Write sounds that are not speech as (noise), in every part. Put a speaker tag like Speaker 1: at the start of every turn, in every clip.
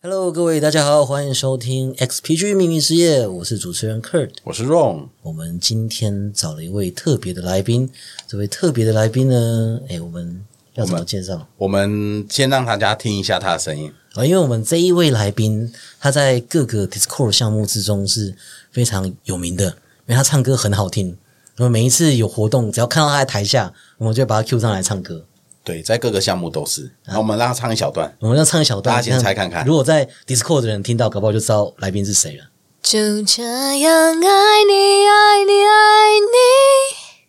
Speaker 1: Hello，各位大家好，欢迎收听 XPG 秘密之夜，我是主持人 Kurt。
Speaker 2: 我是 Ron，
Speaker 1: 我们今天找了一位特别的来宾，这位特别的来宾呢，哎，我们要怎么介绍？
Speaker 2: 我们先让大家听一下他的声音。
Speaker 1: 啊，因为我们这一位来宾，他在各个 Discord 项目之中是非常有名的，因为他唱歌很好听。我们每一次有活动，只要看到他在台下，我们就把他 Q 上来唱歌。
Speaker 2: 对，在各个项目都是。然后我们让他唱一小段，
Speaker 1: 我们要唱一小段，
Speaker 2: 大家先猜看看
Speaker 1: 如果在 Discord 的人听到，搞不好就知道来宾是谁了。
Speaker 3: 就这样爱你，爱你，爱你。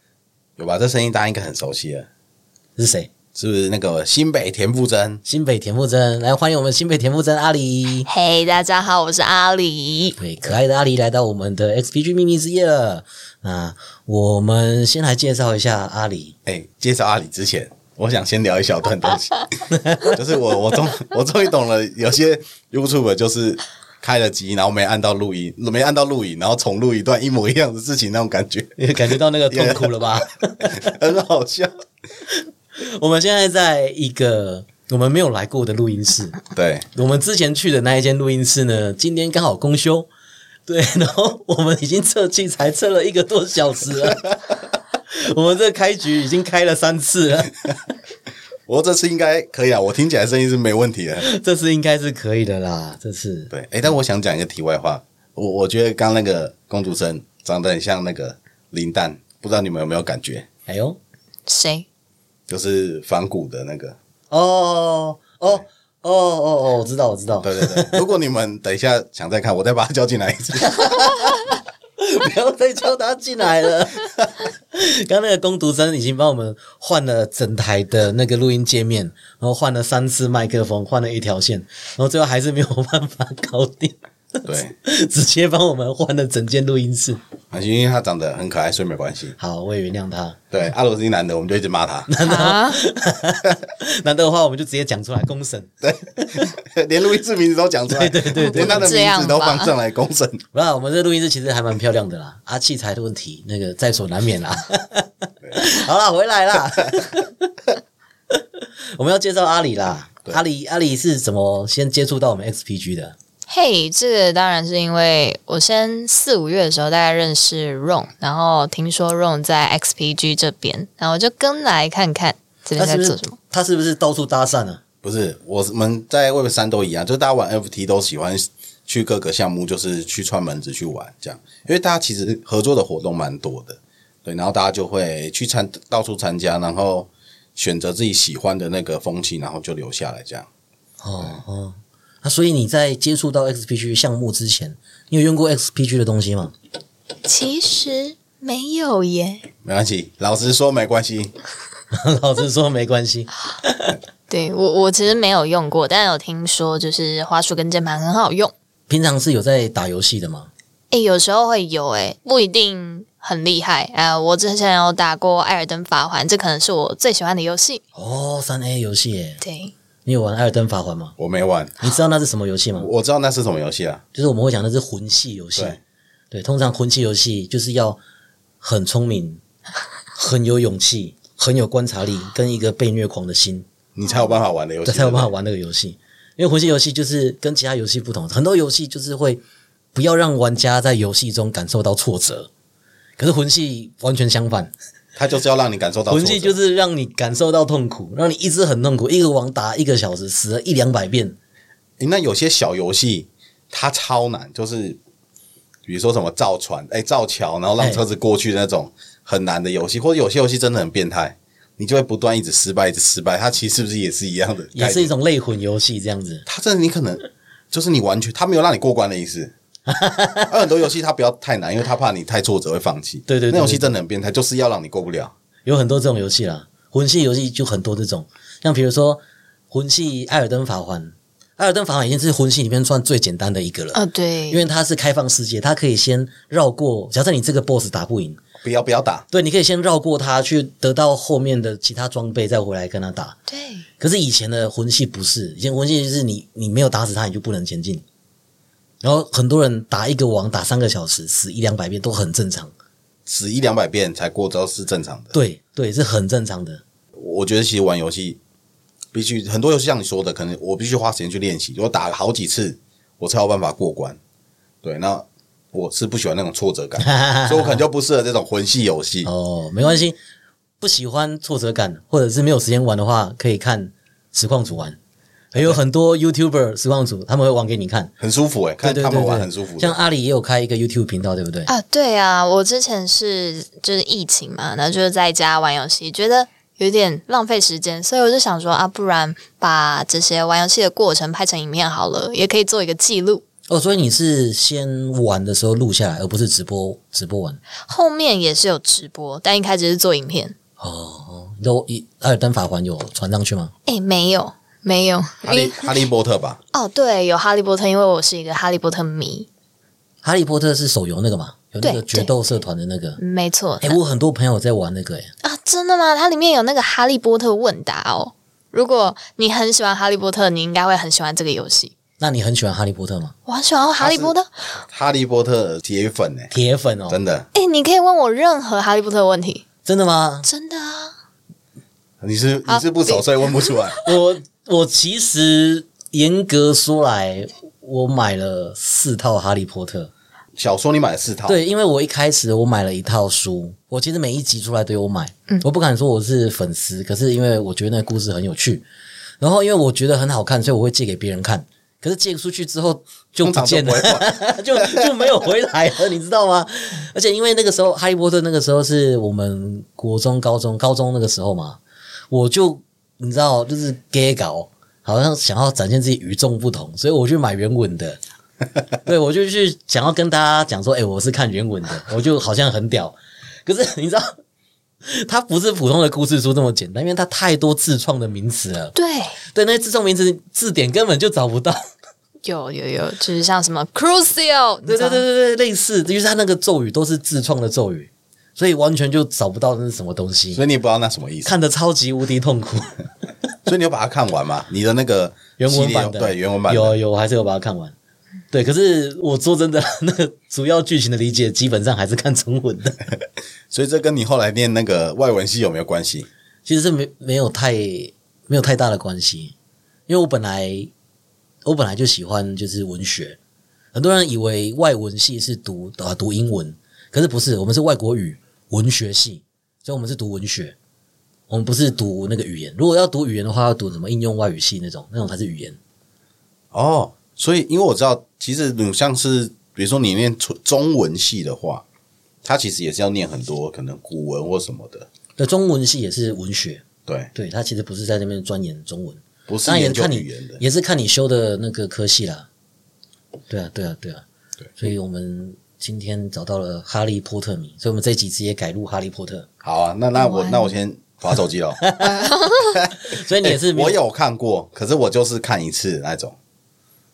Speaker 2: 有吧？这声音大家应该很熟悉了，
Speaker 1: 是谁？
Speaker 2: 是不是那个新北田馥甄？
Speaker 1: 新北田馥甄，来欢迎我们新北田馥甄阿里。
Speaker 3: 嘿、大家好，我是阿里。
Speaker 1: 对，可爱的阿狸来到我们的 XPG 秘密之夜了。那我们先来介绍一下阿狸。
Speaker 2: 哎、介绍阿里之前，我想先聊一小段东西，就是我我终我终于懂了，有些 YouTube 就是开了机，然后没按到录音，没按到录音，然后重录一段一模一样的事情，那种感觉 (laughs)
Speaker 1: 也感觉到那个痛苦了吧？
Speaker 2: 很好笑。
Speaker 1: (laughs) 我们现在在一个我们没有来过的录音室，
Speaker 2: 对，
Speaker 1: 我们之前去的那一间录音室呢，今天刚好公休。对，然后我们已经测器材测了一个多小时 (laughs) 了，我们这开局已经开了三次了，
Speaker 2: 我说这次应该可以啊，我听起来声音是没问题的。
Speaker 1: 这次应该是可以的啦，这次
Speaker 2: 对，哎、但我想讲一个题外话，我我觉得刚那个公主生长得很像那个林丹，不知道你们有没有感觉？
Speaker 1: 哎呦，
Speaker 3: (laughs) 谁？
Speaker 2: 就是仿古的那个，
Speaker 1: 哦哦哦哦哦，我知道，我知道，
Speaker 2: 对对 (laughs) 对。如果你们等一下想再看，我再把他叫进来一次。
Speaker 1: 不要再叫他进来了。 (laughs) 刚刚那个攻读生已经帮我们换了整台的那个录音界面，然后换了三次麦克风，换了一条线，然后最后还是没有办法搞定， (laughs)
Speaker 2: 对，
Speaker 1: 直接帮我们换了整间录音室。
Speaker 2: 啊因为他长得很可爱，所以没关系。
Speaker 1: 好，我也原谅他。
Speaker 2: 对，阿罗斯一男的，我们就一直骂他，
Speaker 3: 啊？
Speaker 1: 难得的话，我们就直接讲出来公审。
Speaker 2: (laughs) 连路易斯名字都讲出来，
Speaker 1: 对对对对
Speaker 2: 连他的
Speaker 3: 这
Speaker 2: 名
Speaker 3: 样
Speaker 2: 字都
Speaker 3: 吧
Speaker 2: 放上来公审。
Speaker 1: 不啦，我们这录音室其实还蛮漂亮的啦，啊，器材的问题那个在所难免啦。 (laughs) 好啦，回来啦，我们要介绍阿里啦。
Speaker 2: 对
Speaker 1: 阿里阿里是怎么先接触到我们 XPG 的？
Speaker 3: 嘿这个当然是因为我先四五月的时候大概认识 Ron，然后听说 Ron 在 XPG 这边，然后我就跟来看看这
Speaker 1: 他
Speaker 3: 边在
Speaker 1: 是不
Speaker 3: 做
Speaker 1: 是
Speaker 3: 什么。
Speaker 1: 他是不是到处搭讪啊呢、
Speaker 2: 不是，我们在 Web 三都一样，就是大家玩 FT 都喜欢去各个项目，就是去串门子去玩这样，因为大家其实合作的活动蛮多的，对，然后大家就会去参到处参加，然后选择自己喜欢的那个风气，然后就留下来这样。
Speaker 1: 哦哦，那、所以你在接触到 XPG 项目之前，你有用过 XPG 的东西吗？ (laughs)
Speaker 3: 其实没有耶。
Speaker 2: 没关系，老实说没关系，
Speaker 1: 老实说没关系，
Speaker 3: 对我，我其实没有用过，但有听说就是花束跟键盘很好用。
Speaker 1: 平常是有在打游戏的吗？
Speaker 3: 诶，有时候会有诶，不一定很厉害啊、呃我之前有打过《艾尔登法环》，这可能是我最喜欢的游戏。
Speaker 1: 哦，三 A 游戏耶，
Speaker 3: 对，
Speaker 1: 你有玩《艾尔登法环》吗？
Speaker 2: 我没玩，
Speaker 1: 你知道那是什么游戏吗？
Speaker 2: 我知道那是什么游戏啊，
Speaker 1: 就是我们会讲那是魂系游戏。
Speaker 2: 对
Speaker 1: 对，通常魂系游戏就是要很聪
Speaker 2: (laughs)
Speaker 1: 明、很有勇气、很有观察
Speaker 2: 啊
Speaker 1: 力，跟一个被虐狂的心，
Speaker 2: 你才有办法玩的游戏，
Speaker 1: 才有办法
Speaker 2: 对
Speaker 1: 玩那个游戏。因为魂系游戏就是跟其他游戏不同，很多游戏就是会不要让玩家在游戏中感受到挫折，可是魂系完全相反，
Speaker 2: 不对，他就是要让你感受到
Speaker 1: 魂系就是是让你感受到痛苦，让你一直很痛苦，一个王打一个小时，死了一两百遍。
Speaker 2: 那有些小游戏它超难，就是比如说什么造船、哎、造桥，然后让车子过去那种很难的游戏，或者有些游戏真的很变态，你就会不断一直失败，一直失败。它其实是不是也是一样的概念？
Speaker 1: 也是一种类魂游戏这样子，
Speaker 2: 它真的你可能就是你完全它没有让你过关的意思。而很多游戏它不要太难，因为它怕你太挫折会放弃。
Speaker 1: 对对对
Speaker 2: 那游戏真的很变态，就是要让你过不了。
Speaker 1: 有很多这种游戏啦，魂系游戏就很多这种，像比如说魂系《艾尔登法环》，《艾尔登法环》已经是魂系里面算最简单的一个了，
Speaker 3: 呃，对，
Speaker 1: 因为它是开放世界，它可以先绕过，假设你这个 BOSS 打不赢，
Speaker 2: 不要不要打，
Speaker 1: 对，你可以先绕过它去得到后面的其他装备，再回来跟他打。
Speaker 3: 对，
Speaker 1: 可是以前的魂系不是，以前魂系就是你你没有打死他，你就不能前进。然后很多人打一个网打三个小时，死一两百遍都很正常。
Speaker 2: 死一两百遍才过招是正常的。
Speaker 1: 对对，是很正常的。
Speaker 2: 我觉得其实玩游戏必须很多游戏像你说的，可能我必须花时间去练习，我打了好几次我才有办法过关。对，那我是不喜欢那种挫折
Speaker 1: (laughs)
Speaker 2: 感，所以我可能就不适合这种魂系游戏。
Speaker 1: 哦，没关系，不喜欢挫折感或者是没有时间玩的话，可以看实况组玩。还有很多 YouTuber 实况组，他们会玩给你看，
Speaker 2: 很舒服哎、
Speaker 1: 对
Speaker 2: 看
Speaker 1: 对
Speaker 2: 他
Speaker 1: 对
Speaker 2: 们玩
Speaker 1: 对
Speaker 2: 很舒服的。
Speaker 1: 像阿里也有开一个 YouTube 频道，对不对？
Speaker 3: 啊，对啊，我之前是就是疫情嘛，然后就是在家玩游戏，觉得有点浪费时间，所以我就想说啊，不然把这些玩游戏的过程拍成影片好了，也可以做一个记录。
Speaker 1: 哦，所以你是先玩的时候录下来，而不是直播直播玩。
Speaker 3: 后面也是有直播，但一开始是做影片。
Speaker 1: 哦，都一《艾尔登法环》有传上去吗？
Speaker 3: 哎，没有，没有，
Speaker 1: 啊
Speaker 2: 哈利哈利波特吧，
Speaker 3: 哦，对，有哈利波特，因为我是一个哈利波特迷，
Speaker 1: 哈利波特是手游那个嘛，有那个
Speaker 3: 对
Speaker 1: 决斗社团的那个。
Speaker 3: 没错。
Speaker 1: 哎、我很多朋友在玩那个、诶
Speaker 3: 啊，真的吗？它里面有那个哈利波特问答哦。如果你很喜欢哈利波特，你应该会很喜欢这个游戏。
Speaker 1: 那你很喜欢哈利波特吗？
Speaker 3: 我很喜欢哈利波特，
Speaker 2: 哈利波特铁粉哎、
Speaker 1: 铁粉哦，
Speaker 2: 真的，
Speaker 3: 哎、你可以问我任何哈利波特的问题，
Speaker 1: 真的吗？
Speaker 3: 真的啊。
Speaker 2: 你是
Speaker 1: 啊
Speaker 3: 好
Speaker 2: 你是不熟，
Speaker 3: 对
Speaker 2: 所以问不出来。
Speaker 1: 我我其实严格说来，我买了四套哈利波特。
Speaker 2: 小说你买了四套，
Speaker 1: 对，因为我一开始我买了一套书，我其实每一集出来都有买，我不敢说我是粉丝，可是因为我觉得那个故事很有趣，然后因为我觉得很好看，所以我会借给别人看。可是借出去之后就
Speaker 2: 通
Speaker 1: 不
Speaker 2: 常
Speaker 1: 见
Speaker 2: 都不
Speaker 1: 了
Speaker 2: 会，
Speaker 1: (laughs)
Speaker 2: 换。
Speaker 1: 就就没有回来了，你知道吗？而且因为那个时候《哈利波特》那个时候是我们国中、高中、高中那个时候嘛，我就你知道，就是 gay 搞，好像想要展现自己与众不同，所以我去买原文
Speaker 2: (laughs)
Speaker 1: 的。对，我就去想要跟大家讲说，哎、我是看原文的，我就好像很屌。可是你知道，它不是普通的故事书这么简单，因为它太多自创的名词了。
Speaker 3: 对，
Speaker 1: 对，那些自创名词字典根本就找不到。
Speaker 3: 有有有，就是像什么 Crucial，
Speaker 1: 对对对对对，类似，就是他那个咒语都是自创的咒语，所以完全就找不到那是什么东西，
Speaker 2: 所以你也不知道那什么意思，
Speaker 1: 看得超级无敌痛
Speaker 2: (laughs)
Speaker 1: 苦。
Speaker 2: 所以你有把它看完吗？你的那个
Speaker 1: 原
Speaker 2: 系
Speaker 1: 文
Speaker 2: 列哦
Speaker 1: 版的
Speaker 2: 对原文版的
Speaker 1: 有有，我还是有把它看完。对，可是我说真的， (laughs) 那个主要剧情的理解基本上还是看中文的，
Speaker 2: 所以这跟你后来念那个外文系有没有关系？
Speaker 1: 其实是没没有太没有太大的关系，因为我本来我本来就喜欢就是文学，很多人以为外文系是读啊读英文，可是不是，我们是外国语文学系，所以我们是读文学，我们不是读那个语言。如果要读语言的话，要读什么应用外语系那种，那种才是语言。
Speaker 2: 哦，所以因为我知道，其实你像是比如说你念中中文系的话，它其实也是要念很多可能古文或什么的，
Speaker 1: 对，中文系也是文学，
Speaker 2: 对，
Speaker 1: 对，它其实不是在那边钻研中文，
Speaker 2: 不是
Speaker 1: 当然也
Speaker 2: 研
Speaker 1: 是
Speaker 2: 究
Speaker 1: 看
Speaker 2: 语
Speaker 1: 你
Speaker 2: 言的。
Speaker 1: 也是看你修的那个科系啦。对啊，对啊，对啊，对。所以我们今天找到了哈利波特迷，所以我们这一集直接改录哈利波特。
Speaker 2: 好啊，那那我
Speaker 3: 哇
Speaker 2: 那我先划手机了。
Speaker 1: 所以你也 (laughs) 是没
Speaker 2: 哎 (laughs) 我有看过，可是我就是看一次那种，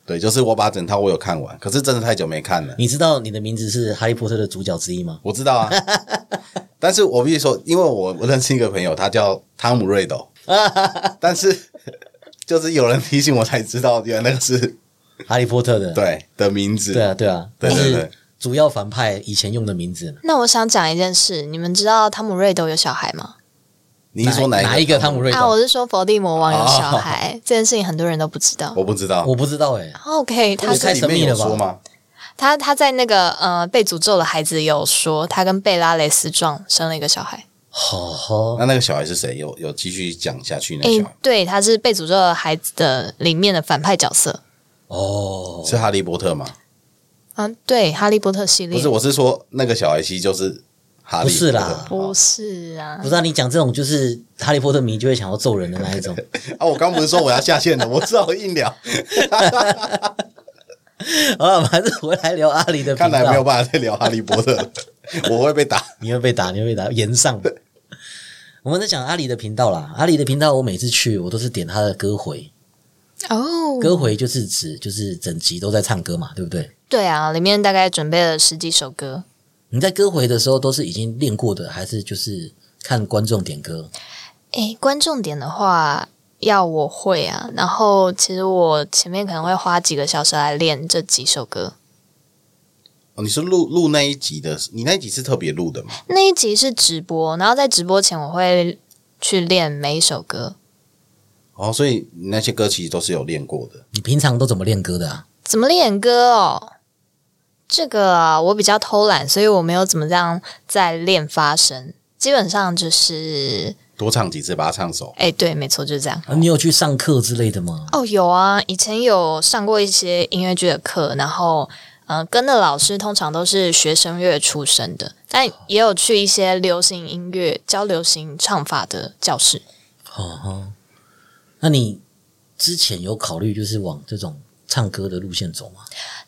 Speaker 2: 对，就是我把整套我有看完，可是真的太久没看了。
Speaker 1: 你知道你的名字是哈利波特的主角之一吗？
Speaker 2: 我
Speaker 1: (laughs)
Speaker 2: 知道啊，但是我必须说，因为我我认识一个朋友，他叫汤姆瑞
Speaker 1: (laughs)
Speaker 2: 斗，但是就是有人提醒我才知道，原来那个是
Speaker 1: 哈利波特的，
Speaker 2: 对的名字。
Speaker 1: 对啊，对啊，
Speaker 2: 对对
Speaker 1: 就是
Speaker 2: 对
Speaker 1: 主要反派以前用的名字嘛。
Speaker 3: 那我想讲一件事，你们知道汤姆瑞斗有小孩吗？
Speaker 2: 你是说哪
Speaker 1: 哪一
Speaker 2: 一
Speaker 1: 个汤姆瑞
Speaker 3: 啊，
Speaker 1: 斗？
Speaker 3: 我是说伏地魔王有小孩、
Speaker 1: 哦
Speaker 3: 这件事情，很多人都不知道。
Speaker 2: 我不知道，
Speaker 1: 我不知道哎，
Speaker 3: OK，他
Speaker 1: 我
Speaker 2: 我
Speaker 1: 是太
Speaker 2: 在里
Speaker 1: 神秘
Speaker 2: 面
Speaker 1: 了
Speaker 2: 有
Speaker 1: 吧
Speaker 2: 说吗？
Speaker 3: 他他在那个呃被诅咒的孩子有说，他跟贝拉雷斯壮生了一个小孩。
Speaker 1: 好好
Speaker 2: 那那个小孩是谁？有有继续讲下去？那
Speaker 3: 诶、
Speaker 2: 个小孩
Speaker 3: 对，他是被诅咒的孩子的里面的反派角色。
Speaker 1: 哦，
Speaker 2: 是哈利波特吗？
Speaker 3: 啊，对，哈利波特系列
Speaker 2: 不是，我是说那个小孩其实就是哈利
Speaker 1: 不是啦
Speaker 2: 波
Speaker 3: 不
Speaker 2: 特。
Speaker 3: 是啊
Speaker 1: 不，知道你讲这种就是哈利波特迷就会想要揍人的那一
Speaker 2: (laughs)
Speaker 1: 种。
Speaker 2: 哦，我刚不是说我要下线了，我只好硬聊，
Speaker 1: 好了，我们还是回来聊阿里的频
Speaker 2: 看来没有
Speaker 1: 道。
Speaker 2: 办法再聊哈利波特了，我会被打。
Speaker 1: 你会被打，你会被打，延上。我们在讲阿里的频道啦，阿里的频道我每次去我都是点他的歌回，
Speaker 3: 哦，
Speaker 1: 歌回就是指就是整集都在唱歌嘛，对不对？
Speaker 3: 对啊，里面大概准备了十几首歌。
Speaker 1: 你在歌回的时候都是已经练过的，还是就是看观众点歌？
Speaker 3: 诶，观众点的话，要我会啊，然后其实我前面可能会花几个小时来练这几首歌。
Speaker 2: 哦，你是录录那一集的，你那一集是特别录的吗？
Speaker 3: 那一集是直播，然后在直播前我会去练每一首歌。
Speaker 2: 哦，所以你那些歌其实都是有练过的。
Speaker 1: 你平常都怎么练歌的啊？
Speaker 3: 怎么练歌哦？这个啊，我比较偷懒，所以我没有怎么这样在练发声。基本上就是，
Speaker 2: 多唱几次把它唱熟。
Speaker 3: 哎，对，没错，就是这样。
Speaker 1: 啊你有去上课之类的吗？
Speaker 3: 哦，有啊，以前有上过一些音乐剧的课，然后嗯、呃跟的老师通常都是学声乐出身的，但也有去一些流行音乐教流行唱法的教室。
Speaker 1: 哦哦，那你之前有考虑就是往这种唱歌的路线走吗？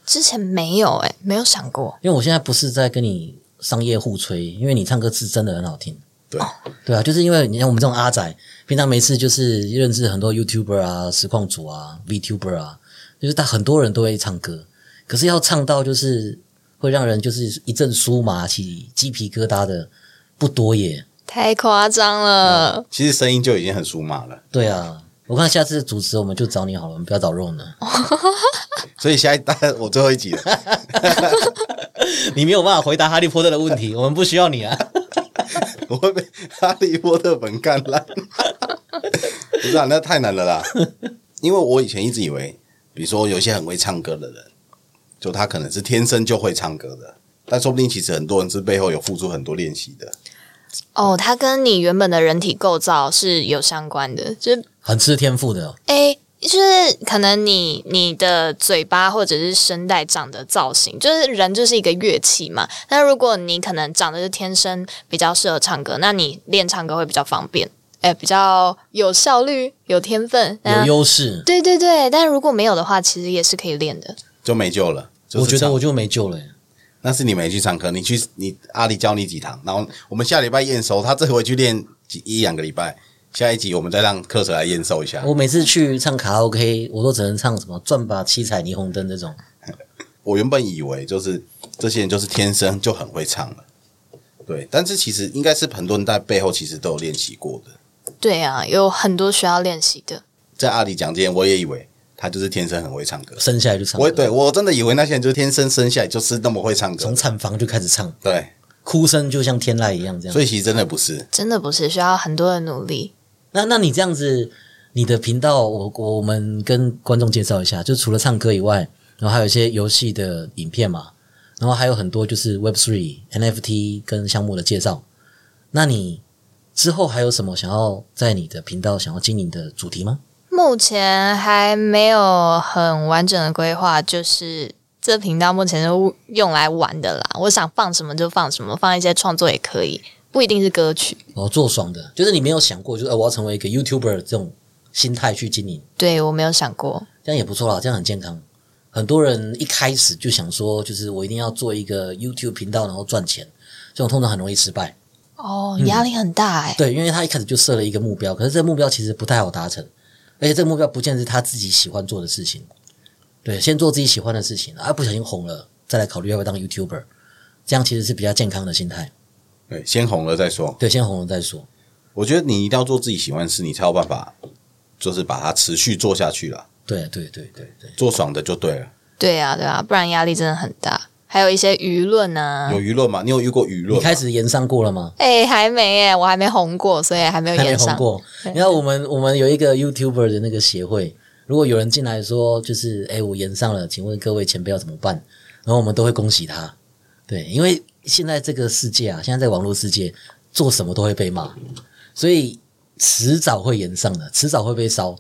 Speaker 3: 之前没有哎、没有想过。
Speaker 1: 因为我现在不是在跟你商业互吹，因为你唱歌是真的很好听。
Speaker 2: 对，
Speaker 1: 对啊，就是因为你像我们这种阿仔，平常没事就是认识很多 YouTuber 啊、实况主啊、VTuber 啊，就是他很多人都会唱歌，可是要唱到就是会让人就是一阵酥麻起鸡皮疙瘩的不多耶。
Speaker 3: 太夸张了！
Speaker 2: 其实声音就已经很舒麻了，
Speaker 1: 对啊，我看下次主持我们就找你好了，我们不要找肉呢，
Speaker 2: 所以下一单我最后一集了，
Speaker 1: 你没有办法回答哈利波特的问 (laughs) 题，我们不需要你啊。
Speaker 2: 我会被 (laughs) 哈利波特本干烂。 (laughs) 不是啊，那太难了啦。因为我以前一直以为，比如说有一些很会唱歌的人，就他可能是天生就会唱歌的，但说不定其实很多人是背后有付出很多练习的。
Speaker 3: 哦，它跟你原本的人体构造是有相关的，就是
Speaker 1: 很吃天赋的哦，
Speaker 3: 诶，就是可能你你的嘴巴或者是声带长的造型，就是人就是一个乐器嘛。那如果你可能长得是天生比较适合唱歌，那你练唱歌会比较方便，诶，比较有效率、有天分。那
Speaker 1: 有优势。
Speaker 3: 对啊对对，但如果没有的话，其实也是可以练的。
Speaker 2: 就没救了。就是
Speaker 1: 我觉得
Speaker 2: 唱
Speaker 1: 我就没救了耶。
Speaker 2: 那是你没去上课，你去你阿里教你几堂，然后我们下礼拜验收，他这回去练几一两个礼拜，下一集我们再让课程来验收一下。
Speaker 1: 我每次去唱卡拉 OK，我都只能唱什么“转吧七彩霓虹灯”这种。
Speaker 2: 我原本以为就是这些人就是天生就很会唱了，对，但是其实应该是很多人在背后其实都有练习过的。
Speaker 3: 对啊，有很多需要练习的。
Speaker 2: 在阿里讲之前，我也以为他就是天生很会唱歌，
Speaker 1: 生下来就唱歌，
Speaker 2: 我对我真的以为那些人就是天生生下来就是那么会唱歌
Speaker 1: 从，产房就开始唱，
Speaker 2: 对，
Speaker 1: 哭声就像天籁一样这样。
Speaker 2: 所以其实真的不是。
Speaker 3: 真的不是需要很多的努力。
Speaker 1: 那那你这样子，你的频道我我们跟观众介绍一下，就除了唱歌以外，然后还有一些游戏的影片嘛，然后还有很多就是 Web Three、NFT 跟项目的介绍。那你之后还有什么想要在你的频道想要经营的主题吗？
Speaker 3: 目前还没有很完整的规划，就是这频道目前是用来玩的啦。我想放什么就放什么，放一些创作也可以，不一定是歌曲。
Speaker 1: 哦，做爽的，就是你没有想过，就是、呃、我要成为一个 YouTuber 这种心态去经营。
Speaker 3: 对我没有想过，
Speaker 1: 这样也不错啦，这样很健康。很多人一开始就想说，就是我一定要做一个 YouTube 频道，然后赚钱，这种通常很容易失败。
Speaker 3: 哦，
Speaker 1: 嗯
Speaker 3: 压力很大哎、
Speaker 1: 对，因为他一开始就设了一个目标，可是这个目标其实不太好达成，而且这个目标不见得是他自己喜欢做的事情。对，先做自己喜欢的事情，啊，不小心红了，再来考虑要不要当 YouTuber，这样其实是比较健康的心态。
Speaker 2: 对，先红了再说。
Speaker 1: 对，先红了再说。
Speaker 2: 我觉得你一定要做自己喜欢的事，你才有办法，就是把它持续做下去了，
Speaker 1: 对对对对对，
Speaker 2: 做爽的就对了。
Speaker 3: 对啊，对啊，不然压力真的很大。还有一些舆论呢、
Speaker 2: 有舆论吗？你有遇过舆论
Speaker 1: 啊你
Speaker 2: 吗？
Speaker 1: 开始延上过了吗？
Speaker 3: 哎、还没哎、我还没红过，所以还没有
Speaker 1: 还没
Speaker 3: 演上
Speaker 1: 红。过。你知道我们我们有一个 YouTuber 的那个协会，如果有人进来说就是哎、诶我延上了，请问各位前辈要怎么办？然后我们都会恭喜他，对，因为现在这个世界啊，现在在网络世界做什么都会被骂，所以迟早会延上的，迟早会被烧。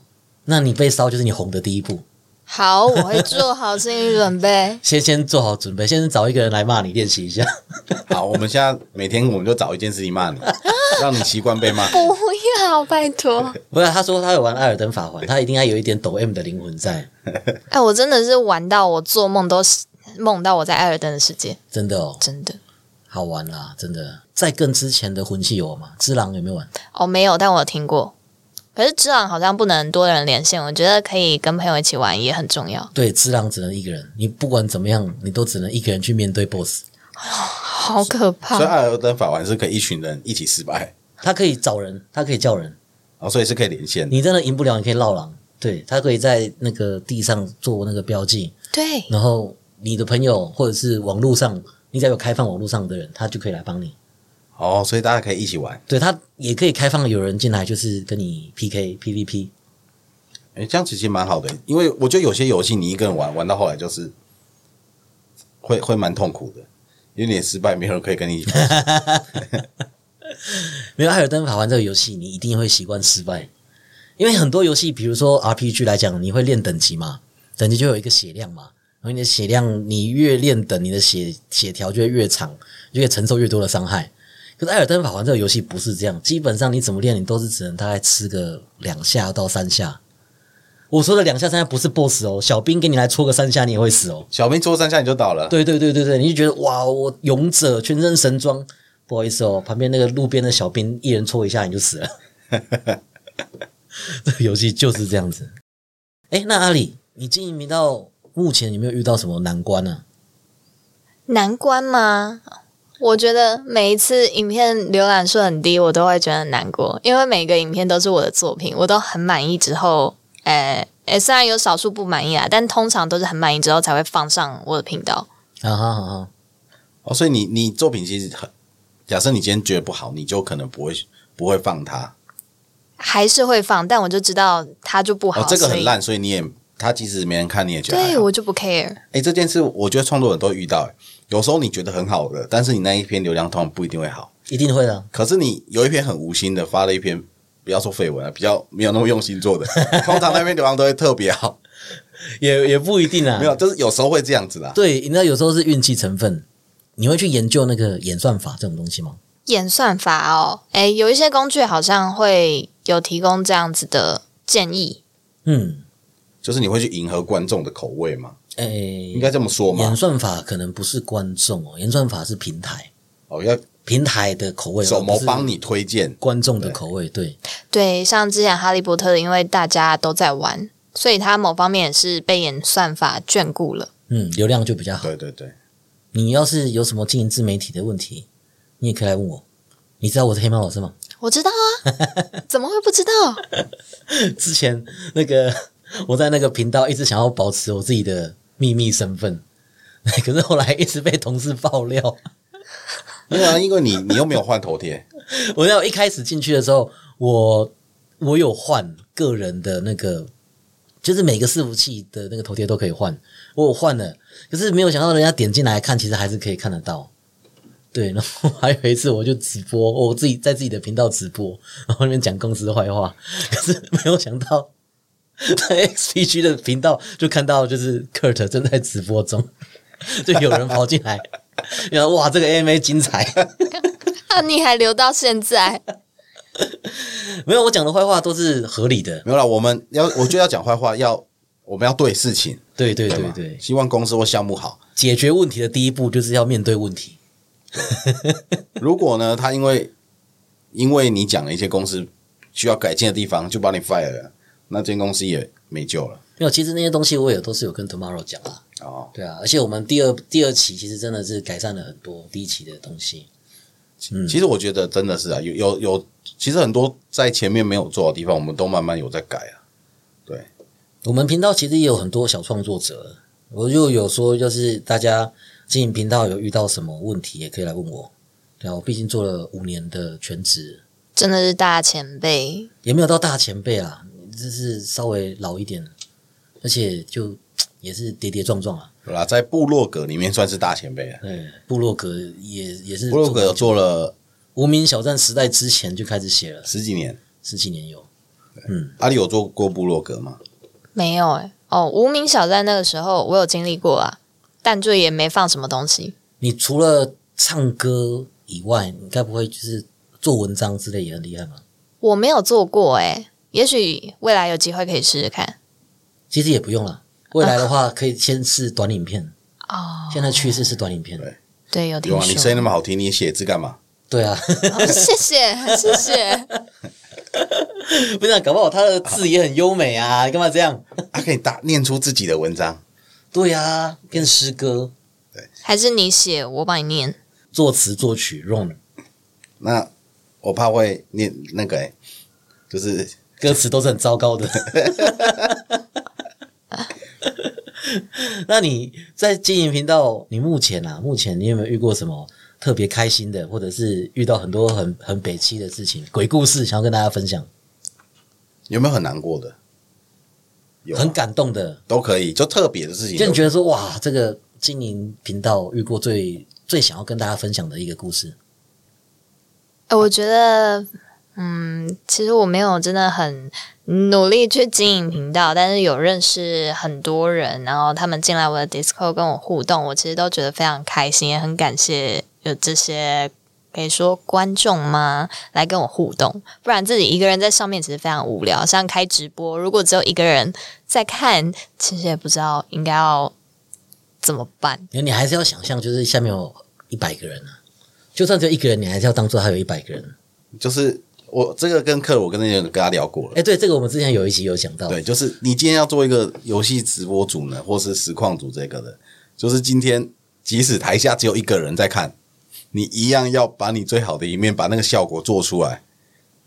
Speaker 1: 那你被烧就是你红的第一步，。
Speaker 3: 好，我会做好心理准备
Speaker 1: 先先做好准备，先找一个人来骂你练习一下。 (laughs)
Speaker 2: 好，我们现在每天我们就找一件事情骂你，让你习惯被骂。
Speaker 3: 不要，拜托！
Speaker 1: 不是，他说他有玩《艾尔登法环》，他一定还有一点抖 M 的灵魂在，
Speaker 3: 哎、我真的是玩到我做梦都是梦到我在艾尔登的世界，
Speaker 1: 真的哦，
Speaker 3: 真的。
Speaker 1: 好玩啦，真的。在更之前的魂器有玩吗？之狼有没有玩？
Speaker 3: 哦，没有，但我有听过。可是知朗好像不能多人连线，我觉得可以跟朋友一起玩也很重要。
Speaker 1: 对，只狼只能一个人，你不管怎么样，你都只能一个人去面对 BOSS。
Speaker 3: 好可
Speaker 2: 所以啊
Speaker 3: 怕！
Speaker 2: 艾尔登法环是可以一群人一起失败，
Speaker 1: 他可以找人，他可以叫人，
Speaker 2: 哦，所以是可以连线的。
Speaker 1: 你真的赢不了，你可以绕狼。对他可以在那个地上做那个标记，
Speaker 3: 对，
Speaker 1: 然后你的朋友或者是网络上，你只要有开放网络上的人，他就可以来帮你。
Speaker 2: 哦，所以大家可以一起玩。
Speaker 1: 对他也可以开放有人进来，就是跟你 PK、PVP。
Speaker 2: 哎，这样其实蛮好的，因为我觉得有些游戏你一个人玩，玩到后来就是会会蛮痛苦的，因为你也失败，没有人可以跟你一起玩。
Speaker 1: 没有《艾尔登法环》这个游戏，你一定会习惯失败，因为很多游戏，比如说 RPG 来讲，你会练等级嘛，等级就有一个血量嘛，然后你的血量你越练等，你的血血条就会越长，就可以承受越多的伤害。可是《艾尔登法环》这个游戏不是这样，基本上你怎么练，你都是只能大概吃个两下到三下。我说的两下三下不是 BOSS 哦，小兵给你来戳个三下，你也会死哦。
Speaker 2: 小兵戳三下你就倒了，
Speaker 1: 对对对对对，你就觉得哇，我勇者全身神装，不好意思哦，旁边那个路边的小兵一人戳一下你就死了。 (laughs) 这个游戏就是这样子。哎，那阿里，你经营频道目前有没有遇到什么难关啊呢、
Speaker 3: 难关吗？我觉得每一次影片浏览数很低，我都会觉得很难过，因为每个影片都是我的作品，我都很满意之后，诶、诶，虽然有少数不满意啊，但通常都是很满意之后才会放上我的频道。
Speaker 1: 啊？啊哈啊哈，
Speaker 2: 哦，所以你你作品其实很，假设你今天觉得不好，你就可能不会不会放它。
Speaker 3: 还是会放，但我就知道它就不好，
Speaker 2: 哦，这个
Speaker 3: 所以
Speaker 2: 很烂，所以你也它即使没人看你也觉得还
Speaker 3: 对
Speaker 2: 好。
Speaker 3: 我就不 care。
Speaker 2: 哎，这件事我觉得创作者都遇到，诶有时候你觉得很好的，但是你那一篇流量通常不一定会好。
Speaker 1: 一定会的。
Speaker 2: 可是你有一篇很无心的发了一篇，不要说绯闻啊，比较没有那么用心
Speaker 1: (laughs)
Speaker 2: 做的，通常那篇流量都会特别好。
Speaker 1: 也也不一定啊
Speaker 2: 没有，就是有时候会这样子啦。
Speaker 1: 对，你知道有时候是运气成分。你会去研究那个演算法这种东西吗？
Speaker 3: 演算法哦，诶，有一些工具好像会有提供这样子的建议，
Speaker 1: 嗯，
Speaker 2: 就是你会去迎合观众的口味嘛，
Speaker 1: 哎，
Speaker 2: 应该这么说
Speaker 1: 演
Speaker 2: 嘛。
Speaker 1: 算法可能不是观众哦，演算法是平台，
Speaker 2: 哦，要
Speaker 1: 平台的口味，
Speaker 2: 手模
Speaker 1: 而不是
Speaker 2: 帮你推荐，
Speaker 1: 观众的口味，对，
Speaker 3: 对，像之前《哈利波特》，因为大家都在玩，所以它某方面也是被演算法眷顾了。
Speaker 1: 嗯，流量就比较好。
Speaker 2: 对
Speaker 1: (laughs)
Speaker 2: 对对，
Speaker 1: 你要是有什么经营自媒体的问题，你也可以来问我。你知道我是黑猫老师吗？ (laughs)
Speaker 3: 我知道啊，怎么会不知道？ (laughs)
Speaker 1: 之前那个 (laughs) 我在那个频道一直想要保持我自己的秘密身份， (laughs) 可是后来一直被同事爆料。
Speaker 2: 没有啊，因为你你又没有换头贴，
Speaker 1: 我在我一开始进去的时候，我我有换个人的那个，就是每个伺服器的那个头贴都可以换，我有换了，可是没有想到人家点进来看，其实还是可以看得到。对，然后还有一次我就直播，我自己在自己的频道直播，然后那边讲公司坏话，可是没有想到。在 XPG 的频道就看到，就是 Kurt 正在直播中， (laughs) 就有人跑进来，然后哇，这个 AMA 精彩， (laughs)
Speaker 3: 啊，你还留到现在？
Speaker 1: 没有，我讲的坏话都是合理的。
Speaker 2: 没有啦。我们要我就要讲坏话，要我们要对事情，
Speaker 1: 对对对
Speaker 2: 嘛
Speaker 1: 对，
Speaker 2: 希望公司或项目好。
Speaker 1: 解决问题的第一步就是要面对问题。
Speaker 2: 如果呢，他因为因为你讲了一些公司需要改进的地方，就把你 fire 了，那间公司也没救了。
Speaker 1: 没有，其实那些东西我也都是有跟 Tomorrow 讲啦。
Speaker 2: 哦，
Speaker 1: 对啊，而且我们第二第二期其实真的是改善了很多第一期的东西。嗯
Speaker 2: 其实我觉得真的是啊，有有有，其实很多在前面没有做的地方，我们都慢慢有在改啊。
Speaker 1: 我们频道其实也有很多小创作者，我就有说，就是大家经营频道有遇到什么问题，也可以来问我。对啊，我毕竟做了五年的全职，
Speaker 3: 真的是大前辈，
Speaker 1: 也没有到大前辈啦，就是稍微老一点，而且就也是跌跌撞撞啊。
Speaker 2: 对啦，在部落格里面算是大前辈了。
Speaker 1: 对，部落格也也是
Speaker 2: 部落格有做了
Speaker 1: 无名小站时代之前就开始写了，
Speaker 2: 十几年，
Speaker 1: 十几年有。
Speaker 2: 阿里有做过部落格吗？
Speaker 3: 没有诶、哦，无名小站那个时候我有经历过啊，但就也没放什么东西。
Speaker 1: 你除了唱歌以外，你该不会就是做文章之类也很厉害吗？
Speaker 3: 我没有做过诶、也许未来有机会可以试试看。
Speaker 1: 其实也不用了，未来的话可以先试短影片。
Speaker 3: 哦，
Speaker 1: 现在趋势是短影片
Speaker 2: 对，
Speaker 3: 对，有听
Speaker 2: 有啊，
Speaker 3: 说。
Speaker 2: 你声音那么好听，你写字
Speaker 1: (laughs)
Speaker 2: 干嘛？
Speaker 1: 对啊，
Speaker 3: 哦 (laughs) 谢谢，谢谢。
Speaker 1: 不是、啊，搞不好他的字也很优美啊，你干嘛这样？
Speaker 2: 他可以打念出自己的文章。
Speaker 1: 对啊，变诗歌、
Speaker 3: 还是你写，我帮你念。
Speaker 1: 作词、作曲、run，
Speaker 2: 那我怕会念那个、欸，就是
Speaker 1: 歌词都是很糟糕的。那你在经营频道，你目前啊，目前你有没有遇过什么特别开心的，或者是遇到很多很很北七的事情、鬼故事，想要跟大家分享？
Speaker 2: 有没有很难过的？有啊、
Speaker 1: 很感动的，
Speaker 2: 都可以，就特别的事情
Speaker 1: 就你
Speaker 2: 都可以。
Speaker 1: 觉得说哇，这个经营频道遇过最最想要跟大家分享的一个故事，
Speaker 3: 呃我觉得，嗯，其实我没有真的很努力去经营频道，但是有认识很多人，然后他们进来我的 Discord 跟我互动，我其实都觉得非常开心，也很感谢有这些。可以说观众吗？来跟我互动，不然自己一个人在上面其实非常无聊。像开直播，如果只有一个人在看，其实也不知道应该要怎么办。
Speaker 1: 因为你还是要想象，就是下面有一百个人啊，就算只有一个人，你还是要当做还有一百个人。
Speaker 2: 就是我这个跟克鲁，我跟那些人跟他聊过了。
Speaker 1: 哎，对，这个我们之前有一集有讲到，
Speaker 2: 对，就是你今天要做一个游戏直播主呢，或是实况主这个的，就是今天即使台下只有一个人在看，你一样要把你最好的一面，把那个效果做出来，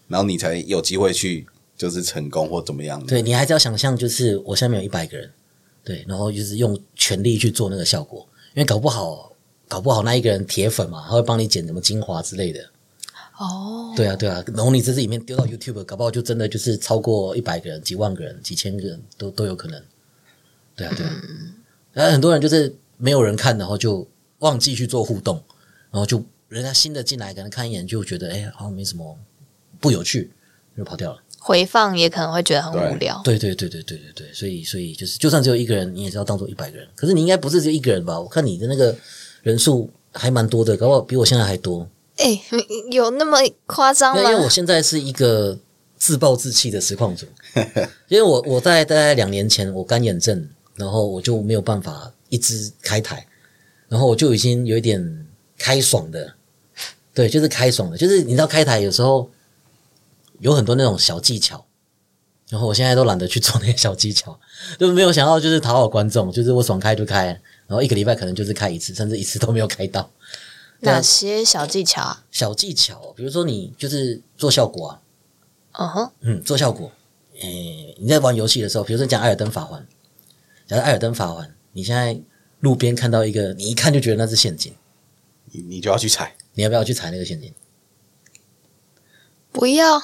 Speaker 2: 然后你才有机会去就是成功或怎么样的。
Speaker 1: 对你还是要想象，就是我下面有一百个人，对，然后就是用全力去做那个效果，因为搞不好，搞不好那一个人铁粉嘛，他会帮你剪什么精华之类的。
Speaker 3: 哦，
Speaker 1: 对啊，对啊，然后你这次里面丢到 YouTube，搞不好就真的就是超过一百个人、几万个人、几千个人都都有可能。对啊，对啊，然后很多人就是没有人看，然后就忘记去做互动，然后就人家新的进来，可能看一眼就觉得哎，好像没什么不有趣，就跑掉了。
Speaker 3: 回放也可能会觉得很无聊。
Speaker 1: 对对对对对对对，所以所以就是，就算只有一个人，你也是要当做一百个人。可是你应该不是只有一个人吧？我看你的那个人数还蛮多的，搞不好比我现在还多。
Speaker 3: 哎、有那么夸张
Speaker 1: 因
Speaker 3: 吗
Speaker 1: 为？我现在是一个自暴自弃的实况组，因为我我在大概两年前我干眼症，然后我就没有办法一直开台，然后我就已经有一点开爽的，对，就是开爽的，就是你知道开台有时候有很多那种小技巧。然后我现在都懒得去做那些小技巧， (laughs) 就没有想要就是讨好观众，就是我爽开就开，然后一个礼拜可能就是开一次，甚至一次都没有开到。
Speaker 3: 哪些小技巧啊？
Speaker 1: 小技巧，比如说你就是做效果啊，
Speaker 3: 嗯哼，
Speaker 1: 嗯，做效果。诶、你在玩游戏的时候，比如说你讲《艾尔登法环》，假如《艾尔登法环》，你现在路边看到一个，你一看就觉得那是陷阱，
Speaker 2: 你你就要去踩，
Speaker 1: 你要不要去踩那个陷阱？
Speaker 3: 不要，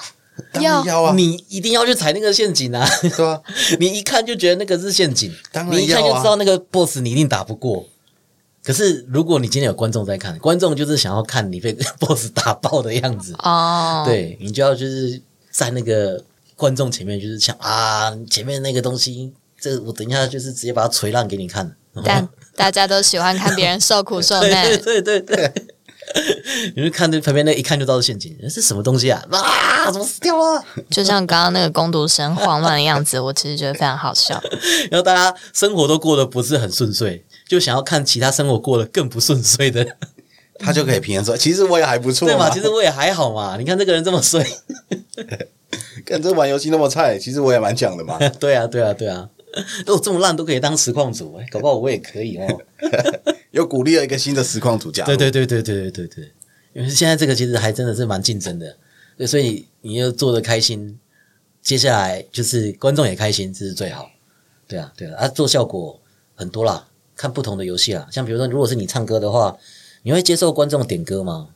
Speaker 2: 当然要啊，
Speaker 1: 你一定要去踩那个陷阱啊！ (laughs)
Speaker 2: 对啊，
Speaker 1: 你一看就觉得那个是陷阱，
Speaker 2: 当
Speaker 1: 你
Speaker 2: 然
Speaker 1: 一看
Speaker 2: 要
Speaker 1: 就知道
Speaker 2: 啊。
Speaker 1: 那个 BOSS 你一定打不过。可是如果你今天有观众在看，观众就是想要看你被 (laughs) BOSS 打爆的样子，
Speaker 3: 哦，，
Speaker 2: 啊
Speaker 1: 对你就要就是在那个观众前面，就是想啊，前面那个东西，这我等一下就是直接把它锤烂给你看。
Speaker 3: 但大家都喜欢看别人受苦受难，
Speaker 1: (laughs) 对对对对， (laughs) 你就看那旁边那一看就知道是陷阱，这是什么东西啊？啊，怎么死掉了？
Speaker 3: 就像刚刚那个攻读生慌乱的样子，我其实觉得非常好笑。
Speaker 1: 然后大家生活都过得不是很顺遂，就想要看其他生活过得更不顺遂的，
Speaker 2: 他就可以平衡说，其实我也还不错
Speaker 1: 对嘛？其实我也还好嘛，你看这个人这么衰， (laughs)
Speaker 2: 看这玩游戏那么菜，其实我也蛮强的嘛。
Speaker 1: 对啊对啊对啊，都这么烂都可以当实况主，哎搞不好我也可以哦。
Speaker 2: 又鼓励了一个新的实况主加入，
Speaker 1: 对对对对对对对对，因为现在这个其实还真的是蛮竞争的，对所以你要做的开心，接下来就是观众也开心，这是最好。对啊，对啊，啊，做效果很多啦，看不同的游戏啦，像比如说，如果是你唱歌的话，你会接受观众点歌吗？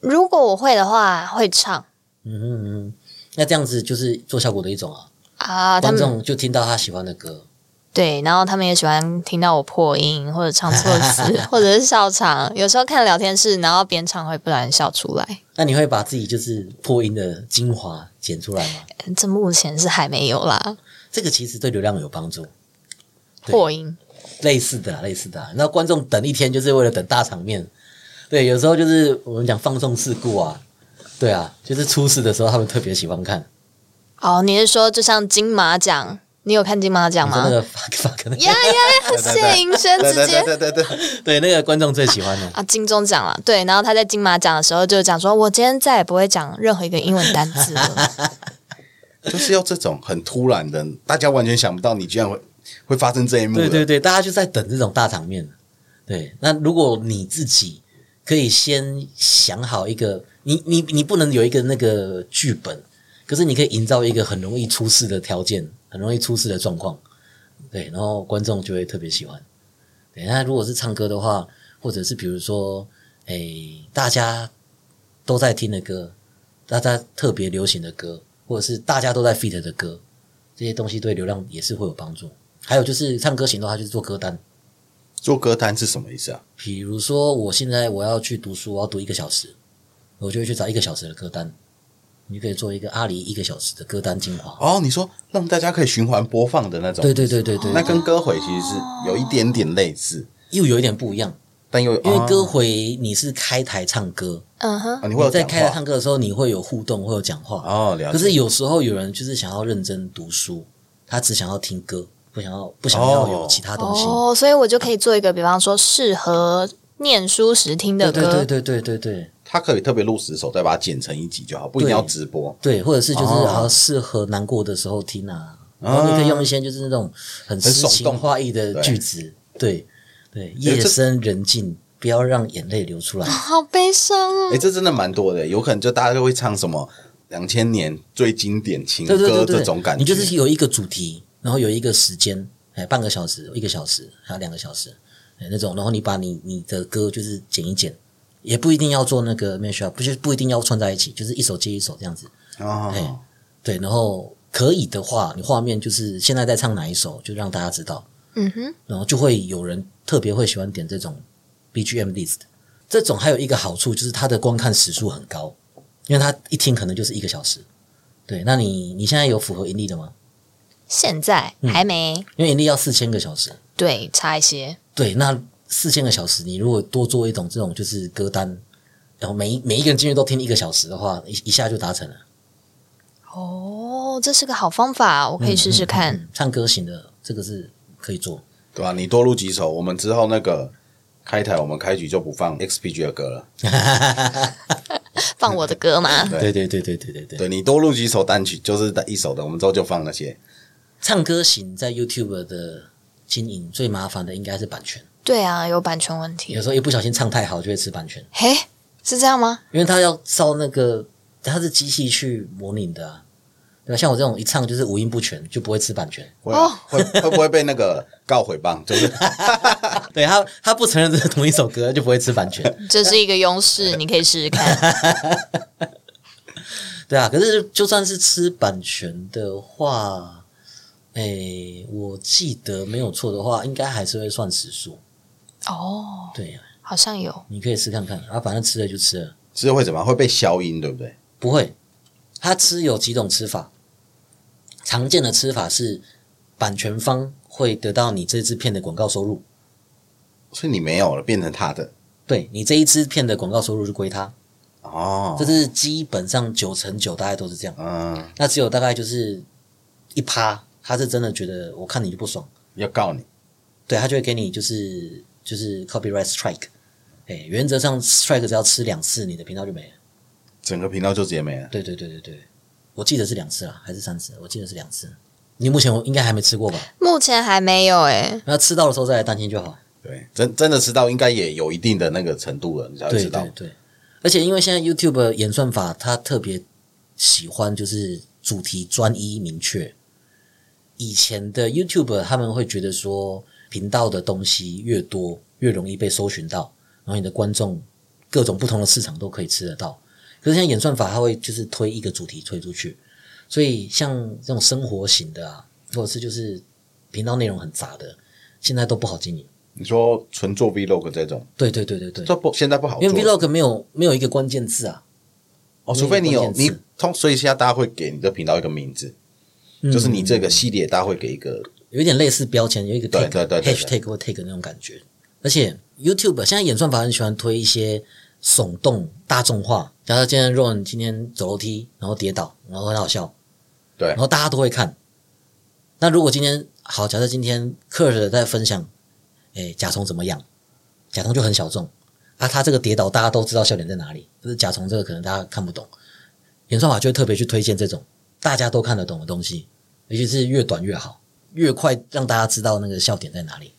Speaker 3: 如果我会的话，会唱
Speaker 1: 嗯哼嗯哼，那这样子就是做效果的一种啊，
Speaker 3: 啊，他
Speaker 1: 观
Speaker 3: 们
Speaker 1: 众就听到他喜欢的歌，
Speaker 3: 对，然后他们也喜欢听到我破音或者唱错
Speaker 1: (laughs)
Speaker 3: 词，或者是笑场。有时候看聊天室，然后边唱会不然笑出来，
Speaker 1: 那你会把自己就是破音的精华剪出来吗？
Speaker 3: 呃这目前是还没有啦，
Speaker 1: 这个其实对流量有帮助。对
Speaker 3: 破音。
Speaker 1: 类似的啊、类似的啊、那观众等一天就是为了等大场面，对，有时候就是我们讲放纵事故啊，对啊，就是出事的时候他们特别喜欢看，
Speaker 3: 哦，你是说就像金马奖？你有看金马奖
Speaker 1: 你说那
Speaker 3: 吗？
Speaker 1: 个 fuck fuck 那个
Speaker 3: 呀呀，谢盈萱
Speaker 2: 对
Speaker 3: 直
Speaker 2: 对
Speaker 3: 接
Speaker 2: 对对对对。
Speaker 1: 对那个观众最喜欢的，
Speaker 3: 啊，金钟奖了，对，然后他在金马奖的时候就讲说，我今天再也不会讲任何一个英文单字了。
Speaker 1: (laughs)
Speaker 2: 就是要这种很突然的，大家完全想不到你居然会会发生这一幕的。
Speaker 1: 对对对，大家就在等这种大场面。对，那如果你自己可以先想好一个，你你你不能有一个那个剧本，可是你可以营造一个很容易出事的条件，很容易出事的状况，对，然后观众就会特别喜欢。对，那如果是唱歌的话，或者是比如说，诶，大家都在听的歌，大家特别流行的歌，或者是大家都在 fit 的歌，这些东西对流量也是会有帮助。还有就是唱歌行动，它就是做歌单。
Speaker 2: 做歌单是什么意思啊？
Speaker 1: 比如说，我现在我要去读书，我要读一个小时，我就会去找一个小时的歌单。你可以做一个阿里一个小时的歌单精华。
Speaker 2: 哦，你说让大家可以循环播放的那种，
Speaker 1: 对对对对对，
Speaker 2: 那跟歌回其实是有一点点类似，
Speaker 1: 又有一点不一样，
Speaker 2: 但又
Speaker 1: 因为歌
Speaker 2: 哦
Speaker 1: 回你是开台唱歌，
Speaker 3: 嗯哼，
Speaker 2: 哦你会
Speaker 1: 你
Speaker 2: 有
Speaker 1: 在
Speaker 2: 讲
Speaker 1: 开台
Speaker 2: 话
Speaker 1: 唱歌的时候，你会有互动，会有讲话。
Speaker 2: 哦，了
Speaker 1: 可
Speaker 2: 解。
Speaker 1: 是有时候有人就是想要认真读书，他只想要听歌，不想要不想要有其他东西。
Speaker 3: 哦，所以我就可以做一个，比方说适合念书时听的
Speaker 1: 对
Speaker 3: 歌，
Speaker 1: 对对对对对对
Speaker 2: 他可以特别录十首，再把它剪成一集就好，不一定
Speaker 1: 对
Speaker 2: 要直播。
Speaker 1: 对，或者是就是
Speaker 2: 哦
Speaker 1: 好适合难过的时候听啊，然后你可以用一些就是那种很诗
Speaker 2: 耸动
Speaker 1: 情画意的句子，
Speaker 2: 哦
Speaker 1: 对对，
Speaker 2: 这
Speaker 1: 夜深人静，不要让眼泪流出来。
Speaker 2: 嗯
Speaker 3: 好悲伤哦。
Speaker 2: 哎、这真的蛮多的，有可能就大家就会唱什么两千年最经典情
Speaker 1: 对对对
Speaker 2: 歌
Speaker 1: 对，
Speaker 2: 这种感觉，
Speaker 1: 你就是有一个主题，然后有一个时间，哎，半个小时、一个小时，还有两个小时，哎，那种，然后你把你你的歌就是剪一剪，也不一定要做那个 mash up，不就不一定要串在一起，就是一首接一首这样子，
Speaker 2: 哦
Speaker 1: 哎，对，然后可以的话，你画面就是现在在唱哪一首，就让大家知道，
Speaker 3: 嗯哼，
Speaker 1: 然后就会有人特别会喜欢点这种 BGM list。这种还有一个好处就是它的观看时数很高，因为它一听可能就是一个小时。对，那你你现在有符合盈利的吗？
Speaker 3: 现在还没、
Speaker 1: 因为盈利要四千个小时。
Speaker 3: 对，差一些。
Speaker 1: 对，那四千个小时，你如果多做一种这种就是歌单，然后每一每一个人进去都听一个小时的话，一一下就达成了。
Speaker 3: 哦，这是个好方法，我可以试试看。
Speaker 1: 嗯唱歌型的这个是可以做。
Speaker 2: 对吧、你多录几首，我们之后那个开台，我们开局就不放 XPG 的歌了。
Speaker 3: 放我的歌嘛，
Speaker 2: 对
Speaker 1: 对对对对对对
Speaker 2: 对你多录几首单曲，就是一首的，我们之后就放那些。
Speaker 1: 唱歌型在 YouTube 的经营最麻烦的应该是版权，
Speaker 3: 对啊，有版权问题
Speaker 1: 有。时候一不小心唱太好就会吃版权，
Speaker 3: 嘿，是这样吗？
Speaker 1: 因为它要照那个它是机器去模拟的啊。对吧？像我这种一唱就是五音不全，就不会吃版权。
Speaker 2: 会、
Speaker 3: 哦
Speaker 2: 会会不会被那个告诽谤？就是
Speaker 1: 对他，他不承认这是同一首歌，就不会吃版权。
Speaker 3: (laughs) 这是一个优势，你可以试试看。
Speaker 1: 对啊，可是就算是吃版权的话，诶、我记得没有错的话，应该还是会算时数。
Speaker 3: (laughs) 哦，
Speaker 1: 对呀、
Speaker 3: 好像有
Speaker 1: 你可以试看看啊，反正吃了就吃了，
Speaker 2: 是会怎么样会被消音，对不对？
Speaker 1: 不会。它吃有几种吃法，常见的吃法是版权方会得到你这支片的广告收入，
Speaker 2: 所以你没有了，变成他的
Speaker 1: 对你这一支片的广告收入就归他，
Speaker 2: 哦
Speaker 1: 这。是基本上九成九大概都是这样。
Speaker 2: 嗯，
Speaker 1: 那只有大概就是一趴，他是真的觉得我看你就不爽。
Speaker 2: 要告你
Speaker 1: 对他就会给你就是就是 copyright strike，哎、原则上 strike 只要吃两次，你的频道就没了。
Speaker 2: 整个频道就直接没了。
Speaker 1: 对对对对对，我记得是两次啦，还是三次？我记得是两次。你目前应该还没吃过吧？
Speaker 3: 目前还没有欸诶、
Speaker 1: 那吃到的时候再来担心就好。
Speaker 2: 对，真真的吃到应该也有一定的那个程度了，你才会
Speaker 1: 对
Speaker 2: 呃知道
Speaker 1: 对。对，而且因为现在 YouTube 演算法，它特别喜欢就是主题专一明确。以前的 YouTube 他们会觉得说，频道的东西越多，越容易被搜寻到，然后你的观众各种不同的市场都可以吃得到。可是现在演算法它会就是推一个主题推出去，所以像这种生活型的啊，或者是就是频道内容很杂的，现在都不好经营。
Speaker 2: 你说纯做 Vlog 这种，
Speaker 1: 对对对对对，
Speaker 2: 这不现在不好做，
Speaker 1: 因为 Vlog 没有没有一个关键字啊，
Speaker 2: 哦，除非你有
Speaker 1: 关键
Speaker 2: 你
Speaker 1: 字
Speaker 2: 通，所以现在大家会给你的频道一个名字，
Speaker 1: 嗯
Speaker 2: 就是你这个系列，大家会给一个
Speaker 1: 有一点类似标签，有一个 tag
Speaker 2: 对对对对对
Speaker 1: hashtag 或 tag 那种感觉。而且 YouTube 现在演算法很喜欢推一些耸动、大众化，假如今天 Ron 今天走楼梯然后跌倒，然后很好笑，
Speaker 2: 对
Speaker 1: 然后大家都会看。那如果今天好，假设今天 Kurt 在分享，诶，甲虫怎么养，甲虫就很小众啊，他这个跌倒大家都知道笑点在哪里，可是甲虫这个可能大家看不懂，演算法就会特别去推荐这种大家都看得懂的东西，尤其是越短越好，越快让大家知道那个笑点在哪里。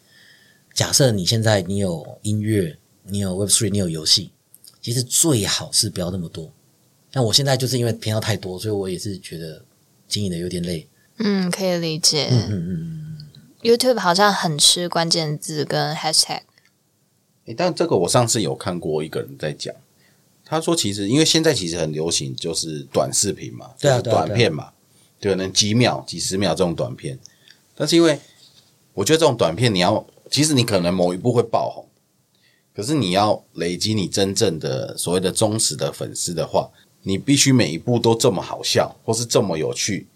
Speaker 1: 假设你现在你有音乐，你有 Web Three，你有游戏，其实最好是不要那么多，但我现在就是因为偏要太多，所以我也是觉得经营的有点累。
Speaker 3: 嗯，可以理解。
Speaker 1: 嗯嗯嗯，
Speaker 3: YouTube 好像很吃关键字跟 (laughs) Hashtag。
Speaker 2: 诶但这个我上次有看过一个人在讲，他说其实因为现在其实很流行就是短视频嘛，
Speaker 1: 对啊
Speaker 2: 就是
Speaker 1: 对啊
Speaker 2: 短片嘛，对，可能几秒、几十秒这种短片。但是因为我觉得这种短片你要，其实你可能某一部会爆红，可是你要累积你真正的所谓的忠实的粉丝的话，你必须每一部都这么好笑，或是这么有趣，